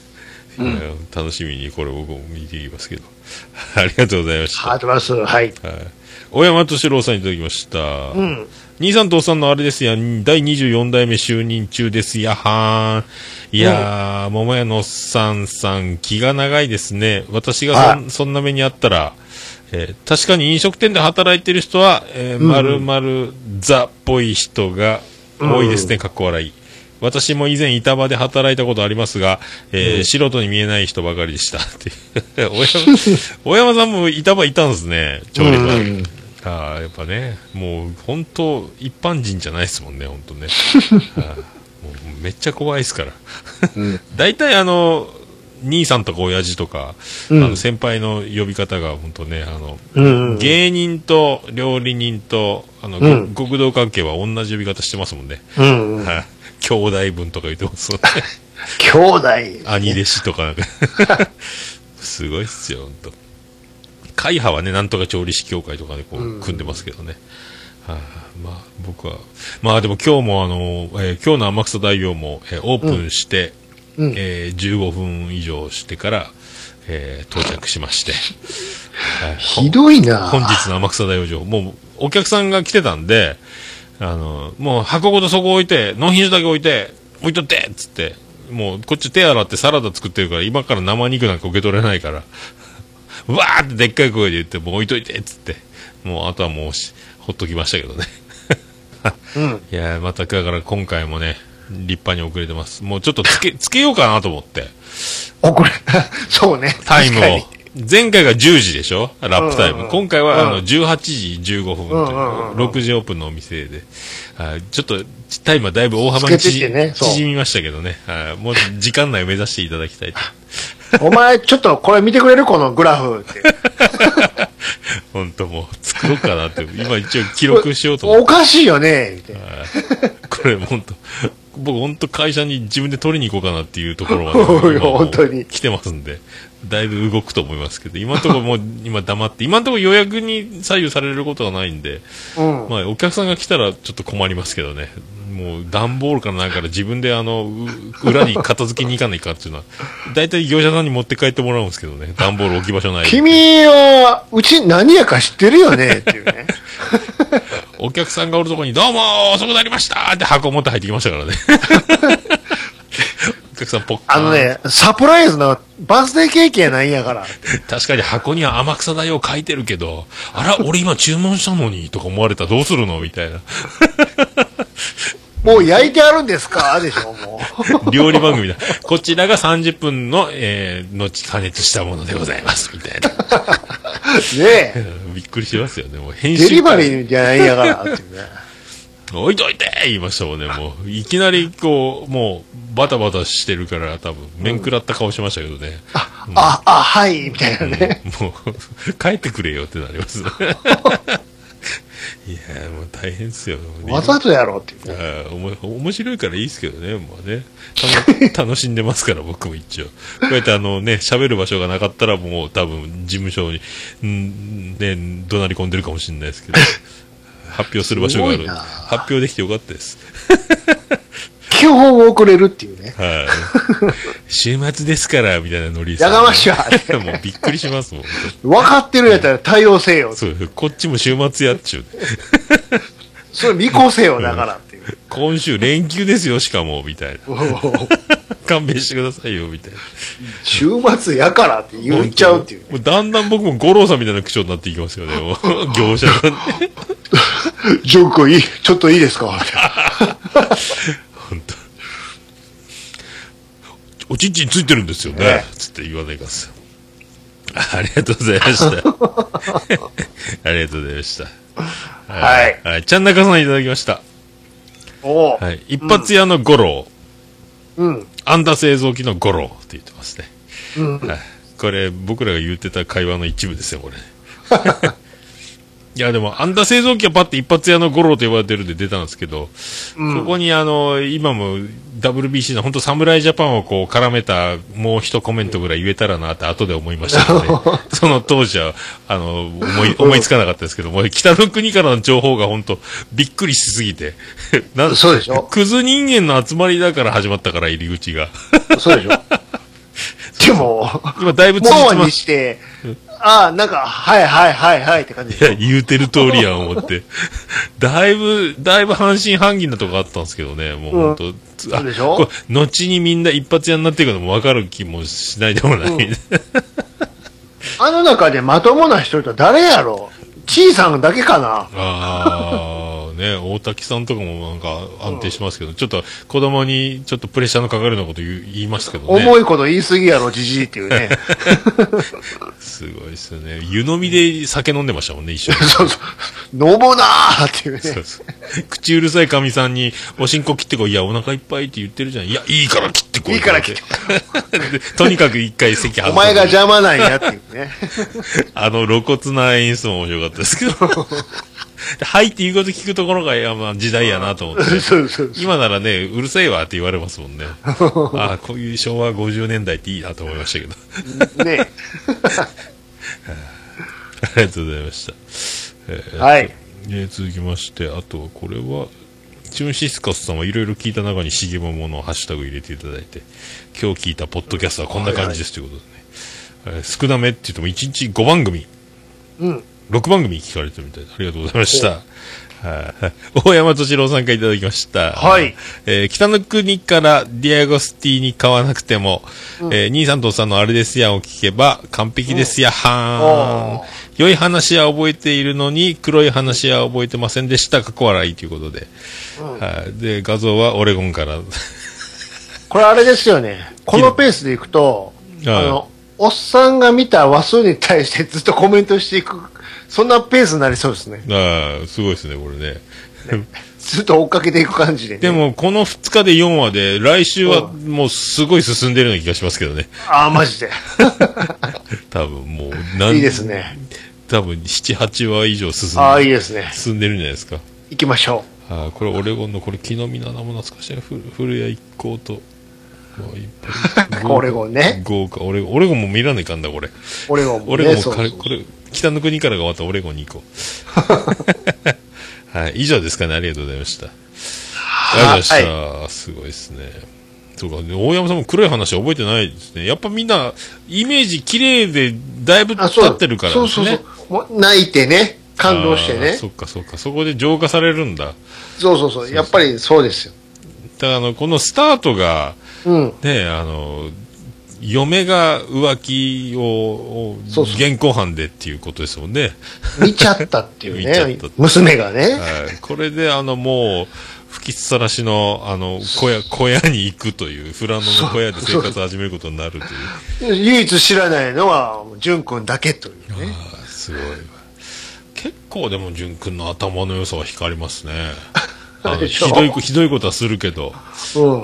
Speaker 1: いや楽しみにこれ僕も見ていきますけど。 ありがとうございました。
Speaker 2: ありがとうございます。はい。
Speaker 1: はい小山敏郎さんいただきました。
Speaker 2: うん。
Speaker 1: 兄さんとおっさんのあれですやん、第24代目就任中ですやはーん。いやー、桃屋のおっさんさん、気が長いですね。私がそんそんな目にあったら、えー確かに飲食店で働いてる人は、えー、まるまるザっぽい人が多いですね、かっこ笑い。私も以前板場で働いたことありますが、えー素人に見えない人ばかりでした。っていう 大山大山さんも板場いたんですね、調理場。
Speaker 2: うん
Speaker 1: ああやっぱねもう本当一般人じゃないですもんね本当ね ああもうめっちゃ怖いですから
Speaker 2: うん。
Speaker 1: 大体あの兄さんとか親父とか、
Speaker 2: うん
Speaker 1: あの先輩の呼び方が本当ねあの、
Speaker 2: うん。
Speaker 1: 芸人と料理人とあの、
Speaker 2: うん
Speaker 1: ご極道関係は同じ呼び方してますもんね、
Speaker 2: うんうん。
Speaker 1: はい 兄弟分とか言ってますもんね
Speaker 2: 兄弟。
Speaker 1: 兄弟子とかなん かすごいっすよ本当会派はねなんとか調理師協会とかでこう組んでますけどね、はいまあ僕はまあでも今日もあの、えー今日の天草大王も、えーオープンして、
Speaker 2: うん
Speaker 1: えー15分以上してから、えー到着しまして。はい
Speaker 2: ひどいな
Speaker 1: 本日の天草大王城、もうお客さんが来てたんで、あの、もう箱ごとそこ置いて、納品書だけ置いて、置いとってっつって、もうこっち手洗ってサラダ作ってるから、今から生肉なんか受け取れないから、 わーってでっかい声で言って、もう置いといてっつって、もうあとはもうしほっときましたけどね。
Speaker 2: うん。
Speaker 1: いやー、まただから今回もね、立派に遅れてます。もうちょっとつけ、つけようかなと思って、
Speaker 2: 遅れ、 そうね。
Speaker 1: タイムを
Speaker 2: 確かに。
Speaker 1: 前回が10時でしょラップタイム。
Speaker 2: うんうんうん
Speaker 1: 今回は、
Speaker 2: うん
Speaker 1: あの18時15分という、
Speaker 2: うんうんうん
Speaker 1: 6時オープンのお店で、はいちょっとタイムはだいぶ大幅に
Speaker 2: つけてっ
Speaker 1: 縮
Speaker 2: てねそう
Speaker 1: 縮みましたけどね、はいもう時間内を目指していただきたい と。
Speaker 2: お前、ちょっとこれ見てくれるこのグラフって。
Speaker 1: 本当もう作ろうかなって、今一応記録しようと思って
Speaker 2: おかしいよねって。
Speaker 1: これ本当、僕本当会社に自分で取りに行こうかなっていうところま
Speaker 2: おう
Speaker 1: で、今
Speaker 2: よ
Speaker 1: もう
Speaker 2: 本当に
Speaker 1: 来てますんで、だいぶ動くと思いますけど、今のところもう今黙って、今のところ予約に左右されることはないんで、
Speaker 2: うん。
Speaker 1: まあお客さんが来たらちょっと困りますけどね。もう段ボールからなんから自分であの、う裏に片付けに行かないかっていうのは、大体業者さんに持って帰ってもらうんですけどね。段ボール置き場所ない。
Speaker 2: 君は、うち何やか知ってるよねっていうね。
Speaker 1: お客さんがおるとこに、どうも遅くなりましたって箱持って入ってきましたからね。 お客さんポッカー
Speaker 2: あ
Speaker 1: ン
Speaker 2: のね、サプライズなバースデーケーキやないんやから。
Speaker 1: 確かに箱には天草大王書いてるけど、あら、俺今注文したのに、とか思われたらどうするのみたいな。
Speaker 2: もう焼いてあるんですかでしょ、もう。
Speaker 1: 料理番組だ。こちらが30分の、えー、後加熱したものでございます。みたいな。
Speaker 2: ねえ。
Speaker 1: びっくりしますよね。もう編集
Speaker 2: デ
Speaker 1: 会。
Speaker 2: リバリーじゃないんやからっていうね。
Speaker 1: 置いといて言いましたもんね、もう。いきなり、こう、もう、バタバタしてるから、多分、面食らった顔しましたけどね。
Speaker 2: あ、あ、はい、みたいなね。
Speaker 1: もう、 帰ってくれよってなり ます。いやー、もう大変 ですよ。
Speaker 2: わざとやろうっていうね。
Speaker 1: ああおも面白いからいいですけどね、もうね。 たの楽しんでますから、僕も一応。こうやってあのね、喋る場所がなかったらもう多分事務所に、んね、怒鳴り込んでるかもしれないですけど。発表する場所があ
Speaker 2: すご
Speaker 1: る。
Speaker 2: いな
Speaker 1: 発表できてよかったです。
Speaker 2: 基本を遅れるっていうね。
Speaker 1: はい。週末ですから、みたいなノリですよ
Speaker 2: やがましは
Speaker 1: もうびっくりしますもん。
Speaker 2: 分かってるやったら対応せよ。
Speaker 1: そう、こっちも週末やっちゅう。
Speaker 2: それ見越せよ、だからっていう。
Speaker 1: 今週連休ですよ、しかも、みたいな。
Speaker 2: おお
Speaker 1: 勘弁してくださいよ、みたいな。
Speaker 2: 週末やからって言っちゃうっていう。
Speaker 1: もうだんだん僕も五郎さんみたいな口調になっていきますよ ね。もう業者がね。
Speaker 2: ジョークいい、ちょっといいですかみたいな
Speaker 1: 本当おちんちんついてるんですよね。
Speaker 2: ね
Speaker 1: つって言わないかんすよ。ありがとうございま した。ありがとうございました。
Speaker 2: はい。
Speaker 1: はい。ちゃんなかさんいただきました。
Speaker 2: おお、
Speaker 1: はい。一発屋の五郎、
Speaker 2: うん。
Speaker 1: アンダ製造機の五郎って言ってますね。
Speaker 2: うん。
Speaker 1: はい これ、僕らが言ってた会話の一部ですよ、 これ。いや、でも、あんだ製造機はパッて一発屋の五郎と呼ばれてるんで出たんですけど、そこにあの、今も WBC の本当侍ジャパンをこう絡めたもう一コメントぐらい言えたらなって後で思いましたけどね。 その当時は、あの、思い、思いつかなかったですけども、北の国からの情報が本当びっくりしすぎて。な
Speaker 2: そうでしょ
Speaker 1: クズ人間の集まりだから始まったから、入り口が。
Speaker 2: そうでしょ。 でも、
Speaker 1: 今だいぶ
Speaker 2: も
Speaker 1: 続き
Speaker 2: う
Speaker 1: ま
Speaker 2: に
Speaker 1: す。
Speaker 2: して、ああ、なんか、はいはいはいはいって感じ
Speaker 1: いや、 言うてる通りやん、思って。 だいぶ、だいぶ半信半疑なとこあったんですけどね、もう本当、つあ
Speaker 2: そうでしょ
Speaker 1: これ後にみんな一発屋になっていくのも分かる気もしないでもない。
Speaker 2: あの中でまともな人と誰やろちいさんだけかな
Speaker 1: ああ、ね、大滝さんとかもなんか安定してますけど、ちょっと子供にちょっとプレッシャーのかかるようなこと言う言いましたけどね。
Speaker 2: 重いこと言い過ぎやろ、じじいってい うね。
Speaker 1: すごいですよね。湯飲みで酒飲んでましたもんね、一緒に。
Speaker 2: そうそう。のぼなーっていう
Speaker 1: そ
Speaker 2: ね
Speaker 1: う。そう 口うるさいかみさんに、おしんこ切ってこい。いや、お腹いっぱいって言ってるじゃん。いや、いいから切ってこい。
Speaker 2: いいから切って
Speaker 1: で とにかく一回席外す
Speaker 2: お前が邪魔なんやっていう ね。
Speaker 1: あの露骨な演出も面白かったですけど。 はいって言うこと聞くところが、いや、まあ時代やなと 思ってね、
Speaker 2: そうそう。
Speaker 1: 今ならね、うるせえわって言われますもんね。ああ、こういう昭和50年代っていいなと思いましたけど。
Speaker 2: ね
Speaker 1: ありがとうございました。えー
Speaker 2: はい。
Speaker 1: えー続きまして、あとはこれは、チュンシスカスさんはいろいろ聞いた中にしげもものハッシュタグ入れていただいて、今日聞いたポッドキャストはこんな感じですということでね。えー少なめって言っても1日5番組、
Speaker 2: うん。
Speaker 1: 6番組聞かれてるみたいで、ありがとうございました。はい 大山敏郎さんからいただきました。
Speaker 2: はい。
Speaker 1: えー北の国からディアゴスティに買わなくても、えー兄さんとおっさんのあれですやんを聞けば完璧ですやは
Speaker 2: おー
Speaker 1: ーん。良い話は覚えているのに、黒い話は覚えてませんでした。過去笑いということで。はい。で、画像はオレゴンから。
Speaker 2: これあれですよね。このペースでいくと、
Speaker 1: うん
Speaker 2: あの、おっさんが見た話数に対してずっとコメントしていく、そんなペースになりそうですね。
Speaker 1: ああ、すごいですね、これね。
Speaker 2: ずっと追っかけていく感じで、ね。
Speaker 1: でも、この2日で4話で、来週はもうすごい進んでるような気がしますけどね。
Speaker 2: ああ、マ ジで。
Speaker 1: 多分もう何、
Speaker 2: いいですね。
Speaker 1: 多分7、8話以上進んで
Speaker 2: ああ、いいですね。
Speaker 1: 進んでるんじゃないですか。
Speaker 2: 行きましょ
Speaker 1: ああ、これオレゴンの、これ木の実の名も懐かしいな。ふ古谷一行と、もういっぱい。
Speaker 2: オレゴンね
Speaker 1: 豪華。オレゴン、オレゴンも見らねえかんだ、これ。
Speaker 2: う。オレゴンもね。
Speaker 1: オレゴンも
Speaker 2: そう
Speaker 1: か
Speaker 2: そ
Speaker 1: れ、
Speaker 2: う
Speaker 1: これ、北の国からが終わったらオレゴンに行こう。 はい、以上ですかね。ありがとうございました。ありがとうございました。すごいですね。そうか、で大山さんも黒い話覚えてないですね。やっぱみんな、イメージ綺麗で、だいぶ経
Speaker 2: あ、そう。
Speaker 1: ってるからです
Speaker 2: そ
Speaker 1: ね。
Speaker 2: うそうそう。もう泣いてね、感動して
Speaker 1: あー
Speaker 2: ね。
Speaker 1: そっかそっか。そこで浄化されるんだ。
Speaker 2: そうそうそう。やっぱりそうですよ。
Speaker 1: ただあの、このスタートが、
Speaker 2: うん。
Speaker 1: ね、あの、嫁が浮気を、を
Speaker 2: そうそう
Speaker 1: 現行犯でっていうことですもんね。
Speaker 2: 見ちゃったってい う
Speaker 1: 見ちゃっ
Speaker 2: ね
Speaker 1: たっ。て
Speaker 2: 娘がね。
Speaker 1: はい。これで、あの、もう、吹きさらしの、あの、小屋、小屋に行くという、富良野の小屋で生活を始めることになるという。
Speaker 2: 唯一知らないのは、淳君だけというね。
Speaker 1: あーすごいわ。結構でも、淳君の頭の良さは光りますね。あの
Speaker 2: でしょ
Speaker 1: ひどいこ、ひどいことはするけど、
Speaker 2: うん。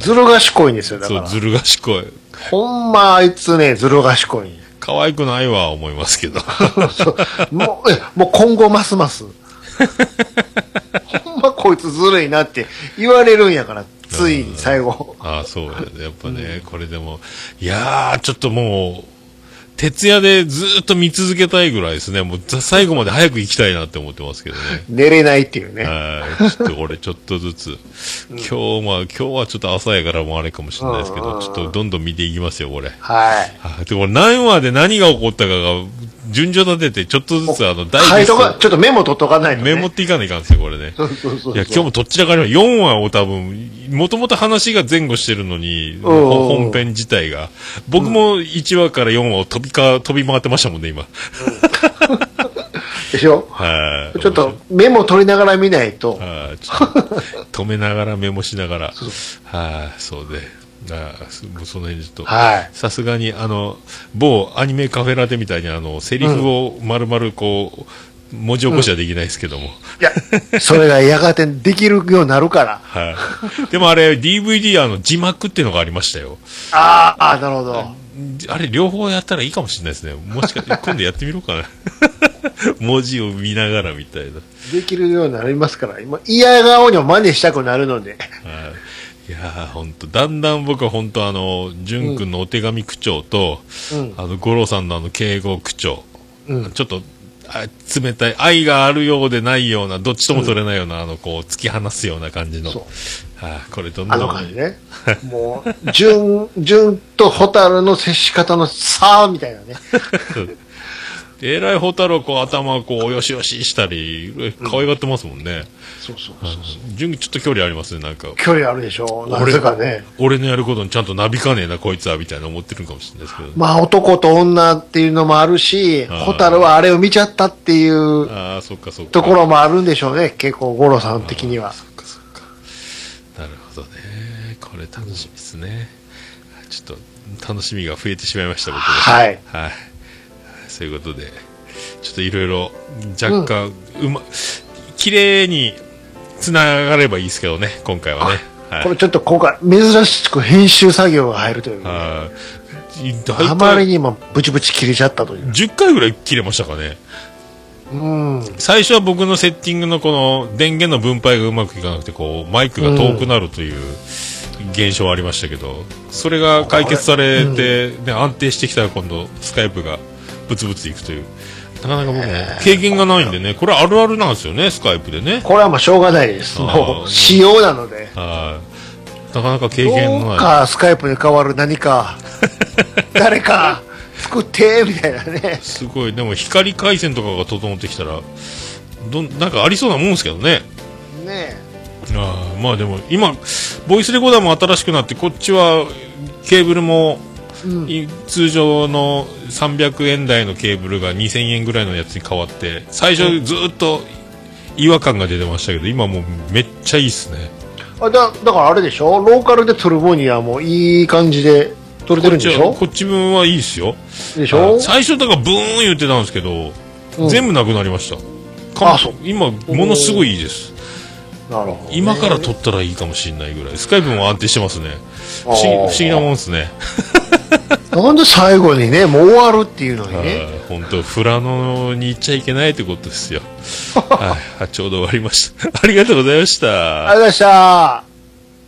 Speaker 2: ずる賢いんですよ、だか
Speaker 1: そう、
Speaker 2: ら。
Speaker 1: ずる賢い。
Speaker 2: ほんま、あいつね、ずる賢い。
Speaker 1: 可愛くないわ、思いますけど。
Speaker 2: そうもう、えもう今後ますます。ほんまこいつずるいなって言われるんやから、ついに最後。
Speaker 1: ああ、そうだね。やっぱね、これでも、いやー、ちょっともう、徹夜でずーっと見続けたいぐらいですね。もう、ざ最後まで早く行きたいなって思ってますけどね。
Speaker 2: 寝れないっていうね。
Speaker 1: はい。ちょっと俺、ちょっとずつ。今日は、今日はちょっと朝やからもうあれかもしれないですけ
Speaker 2: うんうんう
Speaker 1: ど、
Speaker 2: ん
Speaker 1: ちょっとどんどん見ていきますよ、これ。
Speaker 2: はい。
Speaker 1: あでも、何話で何が起こったかが、順序立てて、ちょっとずつ、あの、大
Speaker 2: はい、
Speaker 1: 事
Speaker 2: とか、ちょっとメモ取っとかないと、ね。
Speaker 1: メモっていかないかんですよ、これね。
Speaker 2: そうそうそう。
Speaker 1: いや、今日もどちらかに4話を多分、もともと話が前後してるのに、
Speaker 2: んうんうん
Speaker 1: 本編自体が。僕も1話から4話を飛びか、飛び回ってましたもんね、今。
Speaker 2: でしょ
Speaker 1: はい。
Speaker 2: ちょっとメモ取りながら見ないと、
Speaker 1: はい。ちょっと止めながらメモしながら。はい、そうで。あそもうその辺ちょっと。
Speaker 2: はい。
Speaker 1: さすがに、あの、某アニメカフェラテみたいに、あの、セリフを丸々こう、文字起こしはできないですけども。
Speaker 2: いや、それがやがてできるようになるから。
Speaker 1: はい。でもあれ、DVD、あの、字幕っていうのがありましたよ。
Speaker 2: あーあー、なるほど。
Speaker 1: あれ、両方やったらいいかもしれないですね。もしか して、今度やってみようかな。 文字を見ながらみたいな。
Speaker 2: できるようになりますから、今、嫌顔にも真似したくなるので。
Speaker 1: はいいやー、ほんと、だんだん僕はほんと、あの、淳君のお手紙口調と、
Speaker 2: うん
Speaker 1: あの、五郎さんのあの、敬語口調。
Speaker 2: うん
Speaker 1: ちょっと、あ冷たい、愛があるようでないような、どっちとも取れないような、あの、こう、突き放すような感じの。
Speaker 2: そう
Speaker 1: はい、これどんどん。
Speaker 2: あの感じね。もう、純、純と蛍の接し方の差みたいなね。
Speaker 1: えらいホタルをこう頭をこうよしよししたり、可愛がってますもんね。
Speaker 2: そうそうそう。
Speaker 1: 純、ちょっと距離ありますね、なんか。
Speaker 2: 距離あるでしょ。なぜかね。
Speaker 1: 俺のやることにちゃんとなびかねえな、こいつは、みたいな思ってるかもしれないですけど、
Speaker 2: まあ男と女っていうのもあるし、
Speaker 1: あー
Speaker 2: 蛍はあれを見ちゃったっていう
Speaker 1: ああ、そっかそっか。
Speaker 2: ところもあるんでしょうね。結構五郎さん的には。
Speaker 1: そっかそっか。なるほどね。これ楽しみですね。ちょっと楽しみが増えてしまいました、僕は。
Speaker 2: はい。
Speaker 1: はい。そういうことで、ちょっといろいろ若干、うま、綺麗に繋がればいいですけどね、今回はね。はい
Speaker 2: これちょっと今回、珍しく編集作業が入るという、ね。
Speaker 1: はい。だ
Speaker 2: あ
Speaker 1: い
Speaker 2: ま
Speaker 1: た
Speaker 2: り
Speaker 1: い
Speaker 2: にもブチブチ切れちゃったという。
Speaker 1: 10回ぐらい切れましたかね。
Speaker 2: うん。
Speaker 1: 最初は僕のセッティングのこの電源の分配がうまくいかなくて、こう、マイクが遠くなるという現象はありましたけど、それが解決されて、ね、安定してきたら今度、スカイプがブツブツいくという。なかなか僕も経験がないんでね、これあるあるなんですよね、スカイプでね。
Speaker 2: これはもうしょうがないです。
Speaker 1: あー
Speaker 2: もう、仕様なので。
Speaker 1: はい。なかなか経験
Speaker 2: ど
Speaker 1: の
Speaker 2: う
Speaker 1: ない。
Speaker 2: かスカイプに変わる何か、誰か、作ってみたいなね
Speaker 1: すごい、でも光回線とかが整ってきたら、どんなんかありそうなもんですけどね。
Speaker 2: ねえ
Speaker 1: ああまあでも今、ボイスレコーダーも新しくなって、こっちはケーブルも、
Speaker 2: うん
Speaker 1: い通常の300円台のケーブルが2000円ぐらいのやつに変わって、最初ずーっと違和感が出てましたけど、今もうめっちゃいいっすね。
Speaker 2: あだだからあれでしょローカルでトルボニアもいい感じで取れてるんでし
Speaker 1: こっち
Speaker 2: ょ
Speaker 1: はこっち分はいいっすよ。
Speaker 2: でしょ
Speaker 1: あ最初だからブーン言ってたんですけど、
Speaker 2: うん
Speaker 1: 全部なくなりました。か
Speaker 2: あそう
Speaker 1: 今、ものすごいいいです。
Speaker 2: なるほどね
Speaker 1: 今から撮ったらいいかもしれないぐらい。スカイプも安定してますね。不
Speaker 2: あ
Speaker 1: 思
Speaker 2: ー
Speaker 1: 議不思議なもんですね。
Speaker 2: なんで最後にねもう終わるっていうのにね
Speaker 1: はい本当、富良野に行っちゃいけないって ことですよ。はいあ、ちょうど終わりました。ありがとうございました。
Speaker 2: ありがとうございました